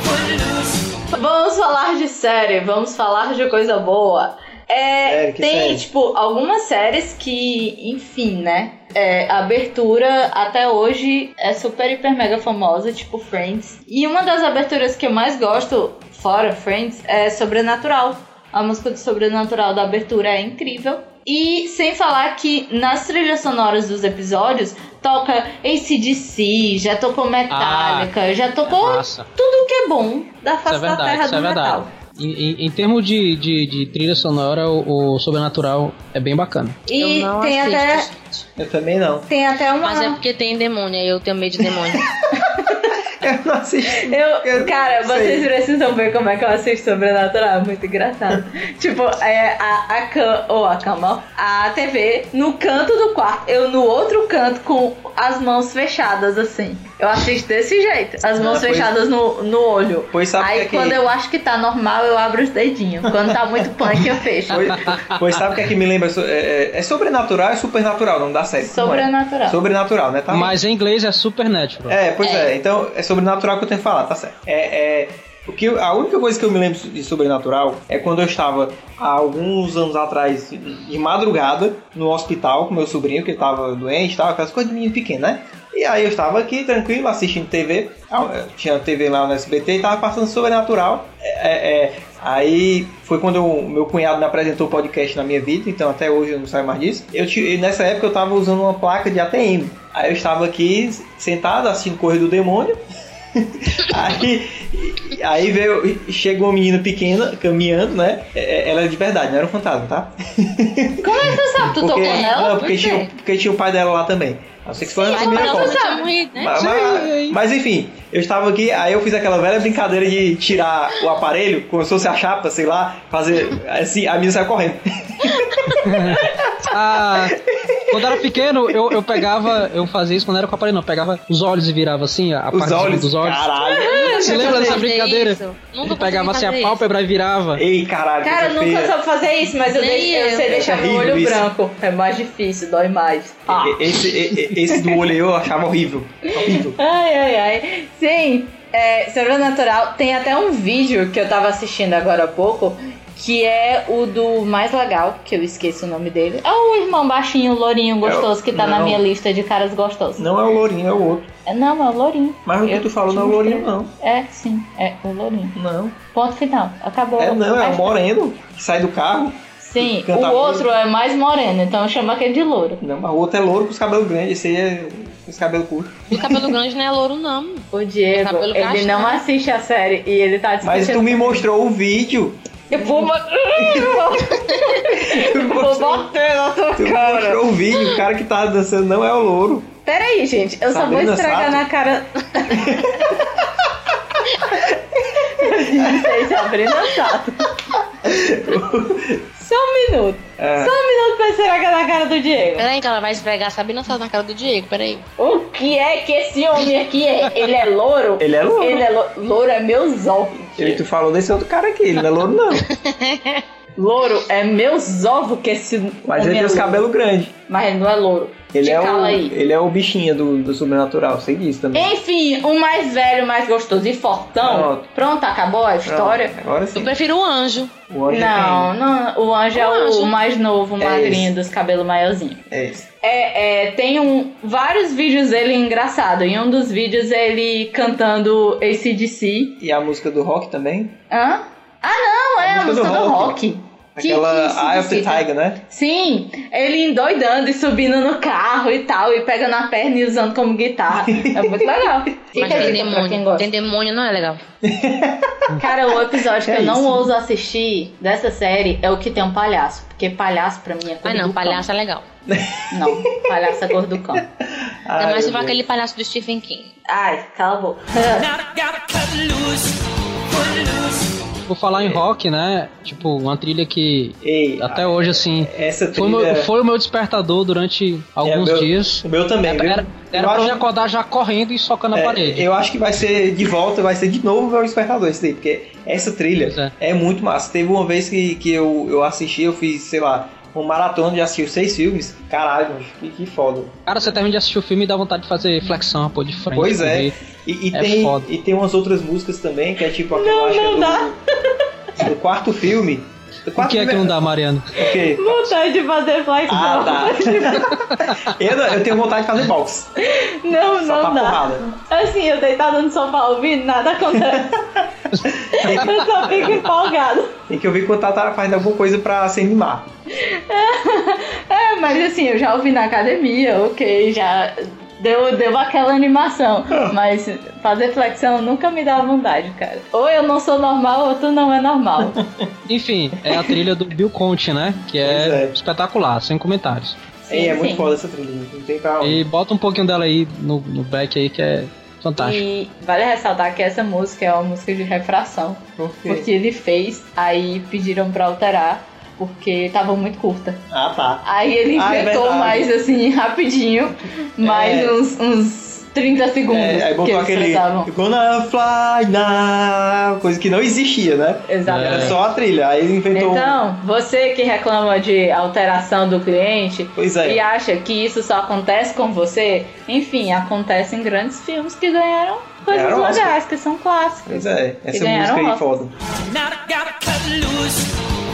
G: foot loose.
F: Vamos falar de série, vamos falar de coisa boa. É,
B: Série, que
F: tem,
B: série?
F: tipo, algumas séries que, enfim, né? É, a abertura até hoje é super, hiper, mega famosa, tipo Friends. E uma das aberturas que eu mais gosto, fora Friends, é Sobrenatural. A música do Sobrenatural da abertura é incrível. E sem falar que nas trilhas sonoras dos episódios toca ACDC, já tocou Metallica, já tocou
C: Massa.
F: tudo que é bom da
C: Isso
F: face
C: é
F: da terra
C: verdade, isso
F: do
C: é verdade.
F: Natal.
C: Em, em- em termos de, de, de trilha sonora, o, o Sobrenatural é bem bacana.
F: E
D: eu não
F: tem
D: assisto,
F: até,
D: gente.
B: Eu também não.
F: tem até uma.
D: Mas é porque tem demônio, aí eu tenho medo de demônio.
B: Eu não assisti.
F: Eu,
B: Eu
F: cara,
B: não sei.
F: vocês precisam ver como é que eu assisto Sobrenatural, é muito engraçado. tipo, é, a, a, cam, ou a cama, a TV no canto do quarto, eu no outro canto com as mãos fechadas, assim. Eu assisto desse jeito, as mãos
B: Ah, pois-
F: fechadas no, no olho.
B: Pois sabe o
F: Aí
B: que é
F: quando
B: que...
F: eu acho que tá normal, eu abro os dedinhos. Quando tá muito punk, eu fecho.
B: Pois, pois sabe o que é que me lembra? So- É, é- é sobrenatural é supernatural, não dá certo.
F: Sobrenatural.
B: Sobrenatural, né? Tá
C: Mas em inglês é Supernatural.
B: É, pois é. Então, é sobrenatural que eu tenho que falar, tá certo. É, é, o que, eu- a única coisa que eu me lembro de sobrenatural é quando eu estava, há alguns anos atrás, de madrugada, no hospital com meu sobrinho, que estava doente e tal, aquelas coisas de menino pequeno, né? E aí eu estava aqui, tranquilo, assistindo TV. Ah, Tinha TV lá no SBT e estava passando sobrenatural. É, é, é. Aí foi quando o meu cunhado me apresentou o podcast na minha vida, então até hoje eu não saio mais disso. Eu, ti- nessa época eu estava usando uma placa de ATM. Aí eu estava aqui sentado assistindo Correio do Demônio. Aí, aí veio, chegou uma menina pequena caminhando, né? É, Ela é de verdade, não era um fantasma, tá?
F: Como é que tu sabe? Tu
B: Porque,
F: tocou nela?
B: não, porque,
D: Pois
B: tinha,
D: é.
B: porque tinha o pai dela lá também. Não sei que foi uma
F: é
D: Mas
B: primeira
D: não,
B: conta.
D: você tinha morrido, né?
B: Mas, mas- mas, enfim, eu estava aqui, aí eu fiz aquela velha brincadeira de tirar o aparelho, como se fosse a chapa, sei lá, fazer assim, a menina saiu correndo.
C: Ah, quando era pequeno, eu, eu pegava, eu fazia isso quando era com a parede, não, eu pegava os olhos e virava assim, a
B: Os
C: parte
B: olhos,
C: dos olhos.
B: caralho.
C: Você lembra dessa
D: Fazer
C: brincadeira?
D: isso. Nunca
C: Ele pegava
D: consegui
C: assim a
D: fazer
C: pálpebra e virava.
B: Ei, caralho,
F: Uhum. Cara, eu
B: coisa
F: nunca
B: feia.
F: soube fazer isso, mas eu,
D: Nem
F: deixo, eu
D: eu.
F: sei deixar meu
B: horrível
F: olho
B: isso.
F: branco. É mais difícil, dói mais. Ah.
B: E- Esse, e- e- esse do olho aí eu achava horrível. Horrível.
F: Ai, ai, ai. Sim, é, Sobrenatural tem até um vídeo que eu tava assistindo agora há pouco, que é o do mais legal, que eu esqueço o nome dele. É o irmão baixinho, lourinho, gostoso, que tá na
B: É não.
F: minha lista de caras gostosos.
B: Não é o Lourinho, é o outro.
F: É, Não, é o lourinho.
B: Mas o que
F: Eu
B: tu falou não é o
F: te
B: Lourinho, não.
F: É, sim, é o lourinho.
B: Não.
F: Ponto final, acabou.
B: É não, é
F: Mas-
B: o Moreno, que sai do carro.
F: Sim,
B: Canta
F: o
B: muito.
F: outro é mais moreno, então chama aquele de louro.
B: Não, mas o outro é louro com os cabelos grandes, esse aí é com os cabelos curtos.
D: isso. O cabelo grande não é louro, não.
F: O Diego,
D: Cabelo
F: ele
D: castanho.
F: não assiste a série e ele tá
B: Mas tu
F: discutindo.
B: me mostrou o vídeo.
F: Eu vou, mo-
B: Tu me
F: vou
B: mostrou,
F: bater na tua
B: tu me
F: cara.
B: mostrou o vídeo, o cara que tava dançando não é o louro.
F: Pera aí, gente, eu só vou
B: Sabrina
F: estragar
B: Sato.
F: na cara. Não sei, Sabrina Sato. Só um minuto.
B: É.
F: Só um minuto pra estragar na cara do Diego.
D: Peraí, que ela vai esfregar Sabina Sato na cara do Diego, peraí.
F: O que é que esse homem aqui é? Ele é louro?
B: Ele é louro.
F: Ele é louro, louro é meu zóio.
B: Ele, tu falou desse outro cara aqui, ele não é louro não.
F: Louro é meus ovos que esse
B: Mas ele
F: homem
B: tem
F: é
B: os
F: louro.
B: cabelos grandes.
F: Mas ele não é louro.
B: Ele
F: Te
B: é, o,
F: cala aí.
B: ele é o bichinho do, do sobrenatural, sei disso também.
F: Enfim, o mais velho, mais gostoso e fortão.
B: Pronto.
F: Pronto, acabou a história.
B: Pronto, Agora
D: Eu
B: sim.
D: prefiro o anjo.
B: O anjo
F: Não, não, o anjo é
D: O
F: o
D: anjo.
F: mais novo,
B: É
F: magrinho, dos cabelos maiorzinhos.
B: tem. É esse.
F: É, é, tem um, vários vídeos dele engraçado. Em um dos vídeos ele cantando ACDC.
B: E a música do rock também?
F: Hã? Ah, não, é a música do rock. Que-
B: Aquela
F: que
B: Eye of the
F: significa?
B: Tiger, né?
F: Sim, ele endoidando e subindo no carro e tal, e pegando a perna e usando como guitarra. É muito legal.
D: Mas
F: Fica
D: tem
F: aí pra quem
D: demônio.
F: gosta.
D: Tem demônio, não é legal.
F: Cara, o episódio que
B: É
F: eu não
B: isso.
F: ouso assistir dessa série é o que tem um palhaço. Porque palhaço pra mim é coisa
D: Ah, não,
F: do cão.
D: palhaço é legal.
F: Não, palhaço é cor do cão.
B: Ai,
F: é
D: Ainda mais se
B: meu
D: for
B: Deus.
D: aquele palhaço do Stephen King.
F: Ai, cala a boca.
G: Now I gotta cut loose, foot loose.
C: Vou falar em rock, né? Tipo, uma trilha que
B: Ei, é,
C: até hoje, assim,
B: essa
C: foi o
B: trilha... É,
C: meu, foi o meu despertador durante alguns
B: meu-
C: dias.
B: O meu também, viu?
C: Era, era
B: eu,
C: pra eu
B: acho,
C: acordar já correndo e socando a
B: é,
C: parede.
B: eu acho que vai ser de volta, vai ser de novo o meu despertador esse daí, porque essa trilha
C: Pois é.
B: é muito massa. Teve uma vez que, que eu, eu assisti, eu fiz, sei lá, um maratona de assistir os seis filmes. Caralho, bicho, que, que foda.
C: Cara, você termina de assistir o filme e dá vontade de fazer flexão, pô, de frente.
B: Pois é.
C: correr.
B: E, e
C: É
B: tem,
C: foda.
B: e tem umas outras músicas também, que é tipo aquela acho que é
F: não
B: do, do quarto filme. Do
C: Por
B: quarto
C: que é que não
B: filme-
C: dá, Mariano?
B: O quê?
F: Vontade de fazer flexão.
B: Ah, tá. eu, não- eu tenho vontade de fazer box.
F: Não,
B: Só
F: não
B: tá
F: dá.
B: porrada.
F: Assim, eu deitada no sofá ouvindo, nada acontece. eu só fico empolgada.
B: Tem que ouvir quando a Tara fazendo alguma coisa pra se animar.
F: É, mas assim, eu já ouvi na academia, ok, já deu, deu aquela animação. Mas fazer flexão nunca me dá vontade, cara. Ou eu não sou normal, ou tu não é normal.
C: Enfim, é a trilha do Bill Conte, né? Que é,
B: Pois é.
C: espetacular, sem comentários.
B: Ei, é muito
F: sim.
B: foda essa trilha, não tem pra onde.
C: E bota um pouquinho dela aí no, no back aí, que é fantástico.
F: E vale ressaltar que essa música é uma música de refração.
B: Por quê?
F: Porque ele fez, aí pediram pra alterar, porque tava muito curta.
B: Ah, tá.
F: Aí ele
B: Ah, é
F: inventou
B: verdade.
F: mais assim, rapidinho, mais
B: É.
F: uns, uns 30 segundos.
B: É, aí
F: que
B: botou
F: eles
B: aquele
F: precisavam.
B: Gonna Fly Now, coisa que não existia, né? Era
F: Exatamente.
B: só a trilha, aí ele inventou. um-
F: Então, você que reclama de alteração do cliente
B: pois é.
F: e acha que isso só acontece com você, enfim, acontece em grandes filmes que ganharam coisas
B: Ganharam Oscar.
F: legais, que são clássicos.
B: Pois é, essa
F: ganharam
B: música aí é
F: Oscar.
B: foda.
G: Now I gotta cut loose,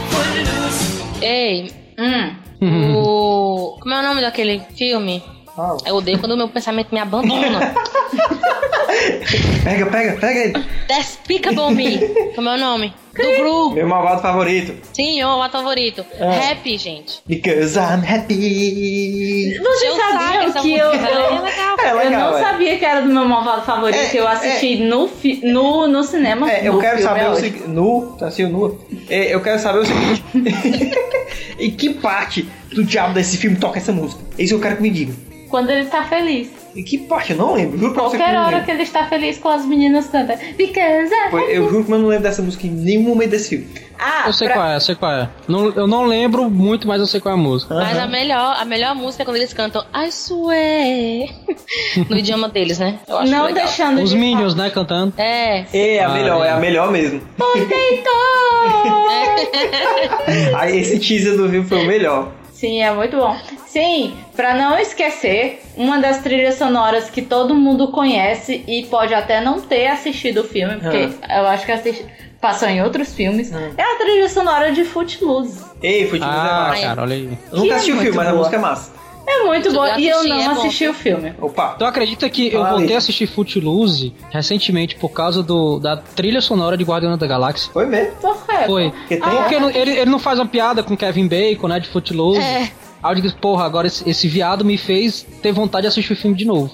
G: foot loose.
D: Ei,
F: Hum,
D: o. Como é o nome daquele filme?
B: Ah,
D: Eu odeio quando o meu pensamento me abandona.
B: pega, pega, pega ele.
D: Despicable Me, como é o nome? Do Gru.
B: Meu malvado favorito.
D: Sim, meu ato favorito. Rap, gente.
B: Because I'm happy.
F: Você
D: Eu
F: sabia
D: sabe essa
F: que eu,
D: música,
F: eu,
D: ela é legal.
B: É
F: eu
B: legal,
F: não
B: é.
F: sabia que era do meu malvado favorito.
B: É,
F: eu assisti no, fi- no, no cinema.
B: É, eu
F: no
B: quero
F: filme,
B: saber
F: é
B: o
F: ótimo.
B: seguinte. Nu, tá assim, nu. É, eu quero saber o seguinte. em que parte do diabo desse filme toca essa música? É isso que eu quero que me diga.
H: Quando ele tá feliz.
B: Em que parte? Eu não lembro. Juro pra você que eu
H: Qualquer
B: não
H: hora
B: lembro.
H: que ele está feliz com as meninas canta. Because I-
B: Foi- Eu juro que eu não lembro dessa música em nenhum momento desse filme.
F: Ah,
C: Eu sei
F: pra-
C: qual é, eu sei qual é. Não- eu não lembro muito, mas eu sei qual é a música.
D: Mas
B: Aham.
D: a melhor, a melhor música é quando eles cantam I swear. no idioma deles, né? Eu acho
F: não
D: legal.
F: deixando
C: Os
F: de
C: Minions, né, cantando.
D: É.
B: É a
C: Ah,
B: melhor, é a
C: é.
B: melhor mesmo.
D: é.
B: Aí esse teaser do filme foi o melhor.
F: Sim, é muito bom. Sim, pra não esquecer, uma das trilhas sonoras que todo mundo conhece e pode até não ter assistido o filme, porque eu acho que assisti- passou em outros filmes,
B: Ah.
F: é a trilha sonora de Footloose.
B: Ei, foi teaser é
C: Ah,
B: massa.
C: cara, olha aí.
B: Eu nunca
F: é
B: assisti o filme,
F: muito
B: mas a
F: boa.
B: música é massa.
F: É muito
D: Eu
F: bom e eu
D: assisti,
F: não
D: é bom.
F: assisti o filme.
B: Opa.
C: Tu Então, acredita que eu
B: Fala aí.
C: voltei a assistir Footloose recentemente por causa do, da trilha sonora de Guardiões da Galáxia?
B: Foi mesmo.
F: Porra, é.
C: Foi.
B: Porque tem
C: Porque não- ele, ele não faz uma piada com Kevin Bacon, né, de Footloose.
D: É.
C: Aí eu digo, porra, agora esse, esse viado me fez ter vontade de assistir o filme de novo.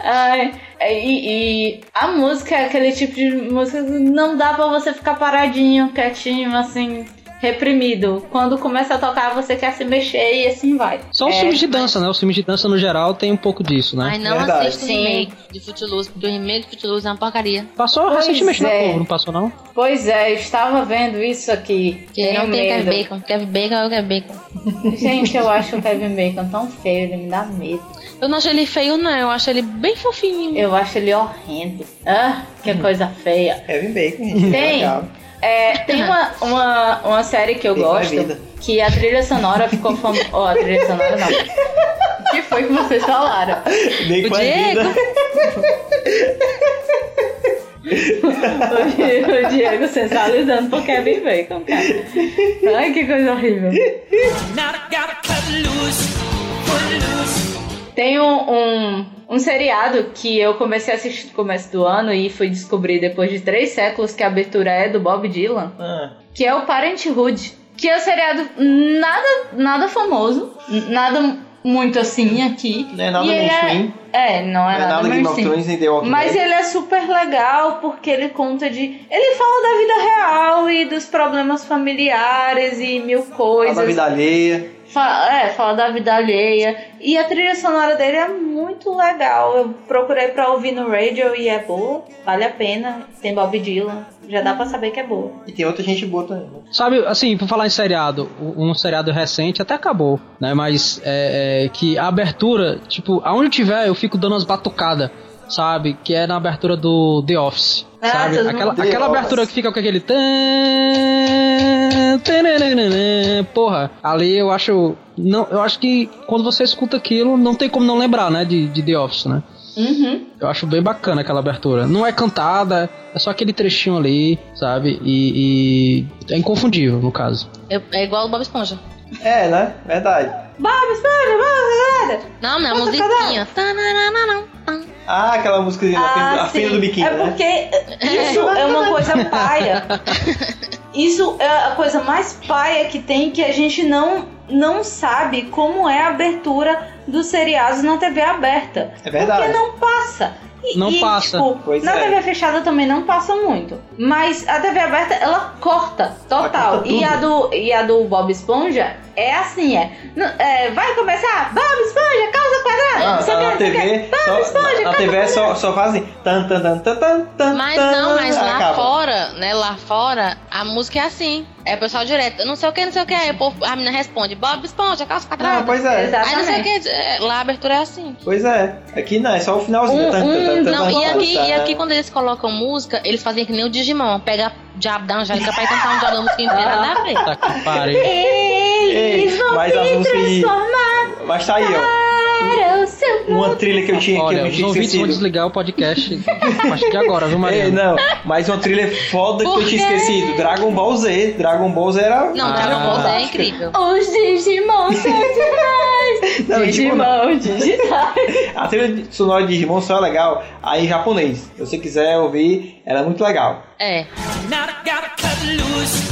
F: Ai, é, e, e a música é aquele tipo de música que não dá pra você ficar paradinho, quietinho, assim, reprimido. Quando começa a tocar, você quer se mexer e assim vai.
C: Só os
F: É,
C: filmes de dança, né? Os filmes de dança no geral tem um pouco disso, né?
D: Ai, não
B: Verdade.
D: assista o
F: Sim.
D: remake de Footloose, porque o remake de Footloose é uma porcaria.
C: Passou
F: Pois
C: recentemente
F: é.
C: na Globo, não passou não?
F: Pois é, eu estava vendo isso aqui.
D: Que não tem
F: medo.
D: Kevin Bacon. Kevin Bacon é o Kevin Bacon.
F: Gente, eu acho o Kevin Bacon tão feio, ele me dá medo.
D: Eu não acho ele feio, não. Eu acho ele bem fofinho.
F: Eu acho ele horrendo. Ah,
D: Uhum.
F: que coisa feia.
B: Kevin Bacon, gente.
F: Tem.
B: Legal.
F: É, tem uma, uma, uma série que eu
B: Bacon é
F: gosto,
B: vida.
F: que a trilha sonora ficou famosa... Oh, a trilha sonora não. O que foi que vocês falaram?
B: Bacon
D: O
B: é
D: Diego.
B: vida.
F: O Di- o Diego sensualizando pro Kevin Bacon, cara. Ai, que coisa horrível.
I: Now I gotta cut loose, cut loose.
F: Tem um, um, um seriado que eu comecei a assistir no começo do ano e fui descobrir depois de três séculos que a abertura é do Bob Dylan,
B: Ah,
F: que é o Parenthood. Que é um seriado nada, nada famoso, n- nada muito assim aqui.
B: não é nada
F: E ele
B: mainstream.
F: É, não é,
B: não é nada Game of
F: mainstream.
B: Thrones nem The Walking
F: Mas
B: Dead.
F: ele é super legal porque ele conta de. Ele fala da vida real e dos problemas familiares e mil
B: Fala da
F: coisas.
B: vida alheia.
F: Fala, é, fala da vida alheia. E a trilha sonora dele é muito legal. Eu procurei pra ouvir no radio e é boa. Vale a pena. Tem Bob Dylan. Já dá pra saber que é boa.
B: E tem outra gente boa também. né?
C: Sabe, assim, por falar em seriado, u- um seriado recente até acabou, né? Mas é, é, que a abertura, tipo, aonde eu tiver, eu fico dando umas batucadas, sabe? Que é na abertura do The Office.
F: Ah,
C: sabe?
F: todo
C: Aquela,
B: mundo-
C: aquela
B: The
C: abertura
B: Office.
C: que fica com aquele. tan, tananana, Porra, ali eu acho. Não, eu acho que quando você escuta aquilo, não tem como não lembrar, né? De, de The Office, né?
F: Uhum.
C: Eu acho bem bacana aquela abertura. Não é cantada, é só aquele trechinho ali, sabe? E, e é inconfundível, no caso.
D: Eu- é igual o Bob Esponja.
B: É, né? Verdade.
D: Não, não, é a musiquinha. Tananana.
B: Ah, aquela música da fenda- a fenda do biquíni,
F: É
B: né?
F: porque isso é uma coisa paia. Isso é a coisa mais paia que tem que a gente não, não sabe como é a abertura dos seriados na TV aberta.
B: É verdade.
F: Porque não passa. E-
C: Não
F: e,
C: passa.
F: tipo,
B: Pois
F: na
B: é.
F: TV fechada também não passa muito. Mas a TV aberta, ela corta
B: Ela
F: total.
B: corta
F: e,
B: tudo.
F: a do, e a do Bob Esponja é assim, é. N- é, vai começar Bob Esponja, calça quadrada.
B: Ah,
F: não sei o
B: a
F: é. que, não sei o que.
B: TV, só, na, na TV só, só fazem tan tan tan tan tan tan
D: Mas
B: tan,
D: não, mas lá
B: acaba.
D: fora, né? Lá fora, a música é assim. É o pessoal direto. Eu não sei o que, não sei o que. Aí o povo- a menina responde, Bob Esponja, calça
B: Ah,
D: quadrada.
B: pois é.
D: Aí não sei o
F: Exatamente.
D: que. é, Lá a abertura é assim.
B: Pois é. Aqui não, é só o finalzinho.
F: Um-
B: Tan, tan,
F: um-
B: tan, tan,
D: Não,
B: tan,
D: e
B: tan,
D: aqui,
B: tan.
D: e aqui quando eles colocam música, eles fazem que nem o Digimon. Pega o diabo da Angélica pra ir cantar um diabo da música inteira lá na
B: Ah.
D: frente.
C: Tá que pariu.
F: Eles
B: Ei,
F: vão
B: mas
F: se
B: a música de-
F: transformar.
B: Mas tá aí, ó.
F: Para o seu
B: Uma trilha que eu tinha que eu
C: Olha,
B: não
C: os
B: tinha
C: ouvintes vão
B: esquecido.
C: desligar o podcast a partir de agora, viu,
B: É,
C: Mariana?
B: não, mas uma trilha foda que eu
F: Por
B: tinha
F: quê?
B: esquecido. Dragon Ball Z. Dragon Ball Z era.
D: Não,
C: Ah,
D: Dragon Ball Z é
B: fantástica.
D: incrível.
F: Os Digimon são
B: Não, e,
F: demais!
B: tipo,
F: Digimon, digital.
B: a trilha sonora de Digimon só é legal aí em japonês. Se você quiser ouvir, ela é muito legal.
D: É.
G: Now I gotta cut loose,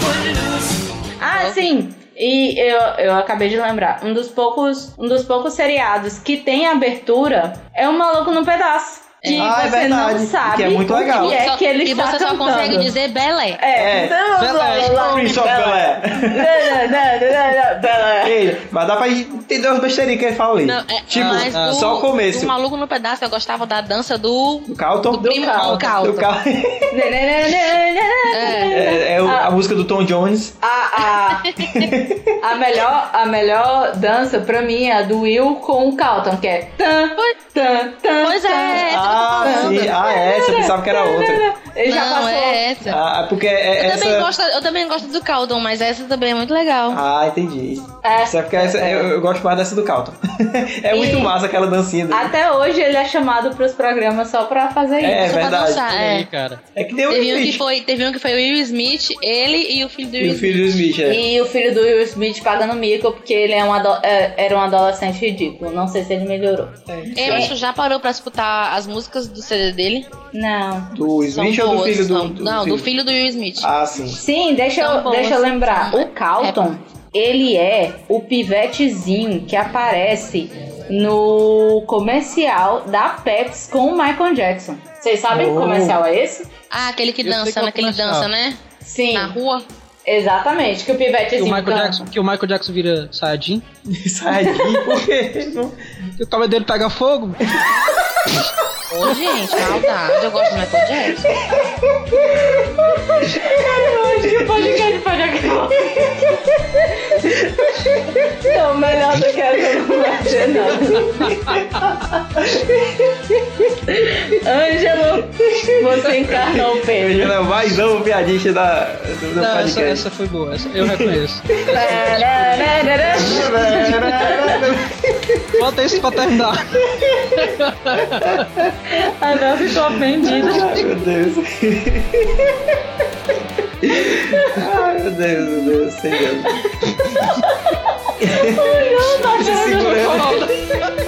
G: foot loose.
A: Ah,
D: Nossa.
A: sim.
F: E eu, eu acabei de lembrar, um dos poucos, um dos poucos seriados que tem abertura é o Maluco no Pedaço. Que
B: Ah, é
F: você
B: verdade,
F: não sabe
B: que é muito legal.
F: o que é
D: Só-
F: que ele
D: e
F: está
D: você só
F: cantando.
D: consegue dizer Belé.
F: É,
B: É,
D: então,
F: não,
C: Belé,
F: blá, blá, blá,
B: Prince of
F: blá, blá.
B: Bel-Air.
F: Não, não, não, não, não, blá.
B: Ei, mas dá pra entender as besteirinhas que ele fala ali.
D: Né? Não, é-
B: tipo,
D: mas
C: Ah.
D: do-
B: só o começo.
D: Do maluco no pedaço, eu gostava da dança do.
B: Do Calton?
D: do primo do Carlton.
B: Do Carlton.
F: Né, né, né, né, né.
D: É.
B: É, é o- a música do Tom Jones.
F: A, a, a, melhor, a melhor dança pra mim é a do Will com o Calton, que é tan, tan, tan,
D: Pois é,
B: Ah,
D: essa que eu tô falando.
B: sim. Ah, é essa. Eu pensava que era outra.
F: tan. Ele já
D: Não,
F: passou.
D: é essa.
B: Ah, porque
D: Eu,
B: é
D: também
B: essa...
D: gosto, eu também gosto do Caldon, mas essa também é muito legal.
B: Ah, entendi.
F: É.
B: Só porque essa, eu, eu gosto mais dessa do Calton. é
F: E-
B: muito massa aquela dancinha. dele.
F: Até hoje ele é chamado pros programas só pra fazer
B: É,
D: Só
F: isso.
D: pra
B: verdade.
D: dançar,
C: Olha aí,
D: é.
C: cara.
B: É que tem o
D: Teve um,
B: Will
D: que
B: Smith.
D: foi, teve um que foi o Will Smith, ele e o filho do
B: E
D: Will
B: o filho do Smith, é.
F: E o filho do Will Smith paga no mico porque ele é um ado- é, era um adolescente ridículo. Não sei se ele melhorou.
D: Ei, mas tu já parou pra escutar as músicas do CD dele?
F: Não.
B: Do
D: São
B: Smith ou do
D: boas,
B: filho do...
D: são- Não, do filho do Will Smith.
B: Ah, sim.
F: Sim, deixa
D: São
F: eu,
D: boas.
F: deixa eu lembrar.
D: É
F: O Calton, ele é o pivetezinho que aparece no comercial da Pepsi com o Michael Jackson. Vocês sabem que
B: Oh.
F: comercial é esse?
D: Ah, aquele que
C: Eu sei
D: dança,
C: qual
D: naquele
B: é
C: comercial.
D: dança, né?
F: Sim,
D: Na rua.
F: exatamente. Que o
C: Que o
F: pivetezinho.
C: Michael
F: canta.
C: Jackson, que o Michael Jackson vira saiyajin.
B: Sai aqui, porque... não-
C: Que o cabelo dele pega fogo.
D: Ô, gente, maldade. Eu gosto do Michael Jackson.
F: Eu acho que o podcast pode acabar. Não, melhor do que essa não vai ter nada. Ângelo, você encarnou o
B: Eu
F: Pedro.
B: já não mais um piadista da, do, do
C: Não, essa,
B: podcast.
C: essa foi boa, essa eu reconheço. Bota isso pra terminar.
F: A Nel ficou ofendida.
B: Ai, meu Deus. Ai, meu Deus, meu Deus, sem Deus.
F: Não, tá
B: Segurando.
F: chorando.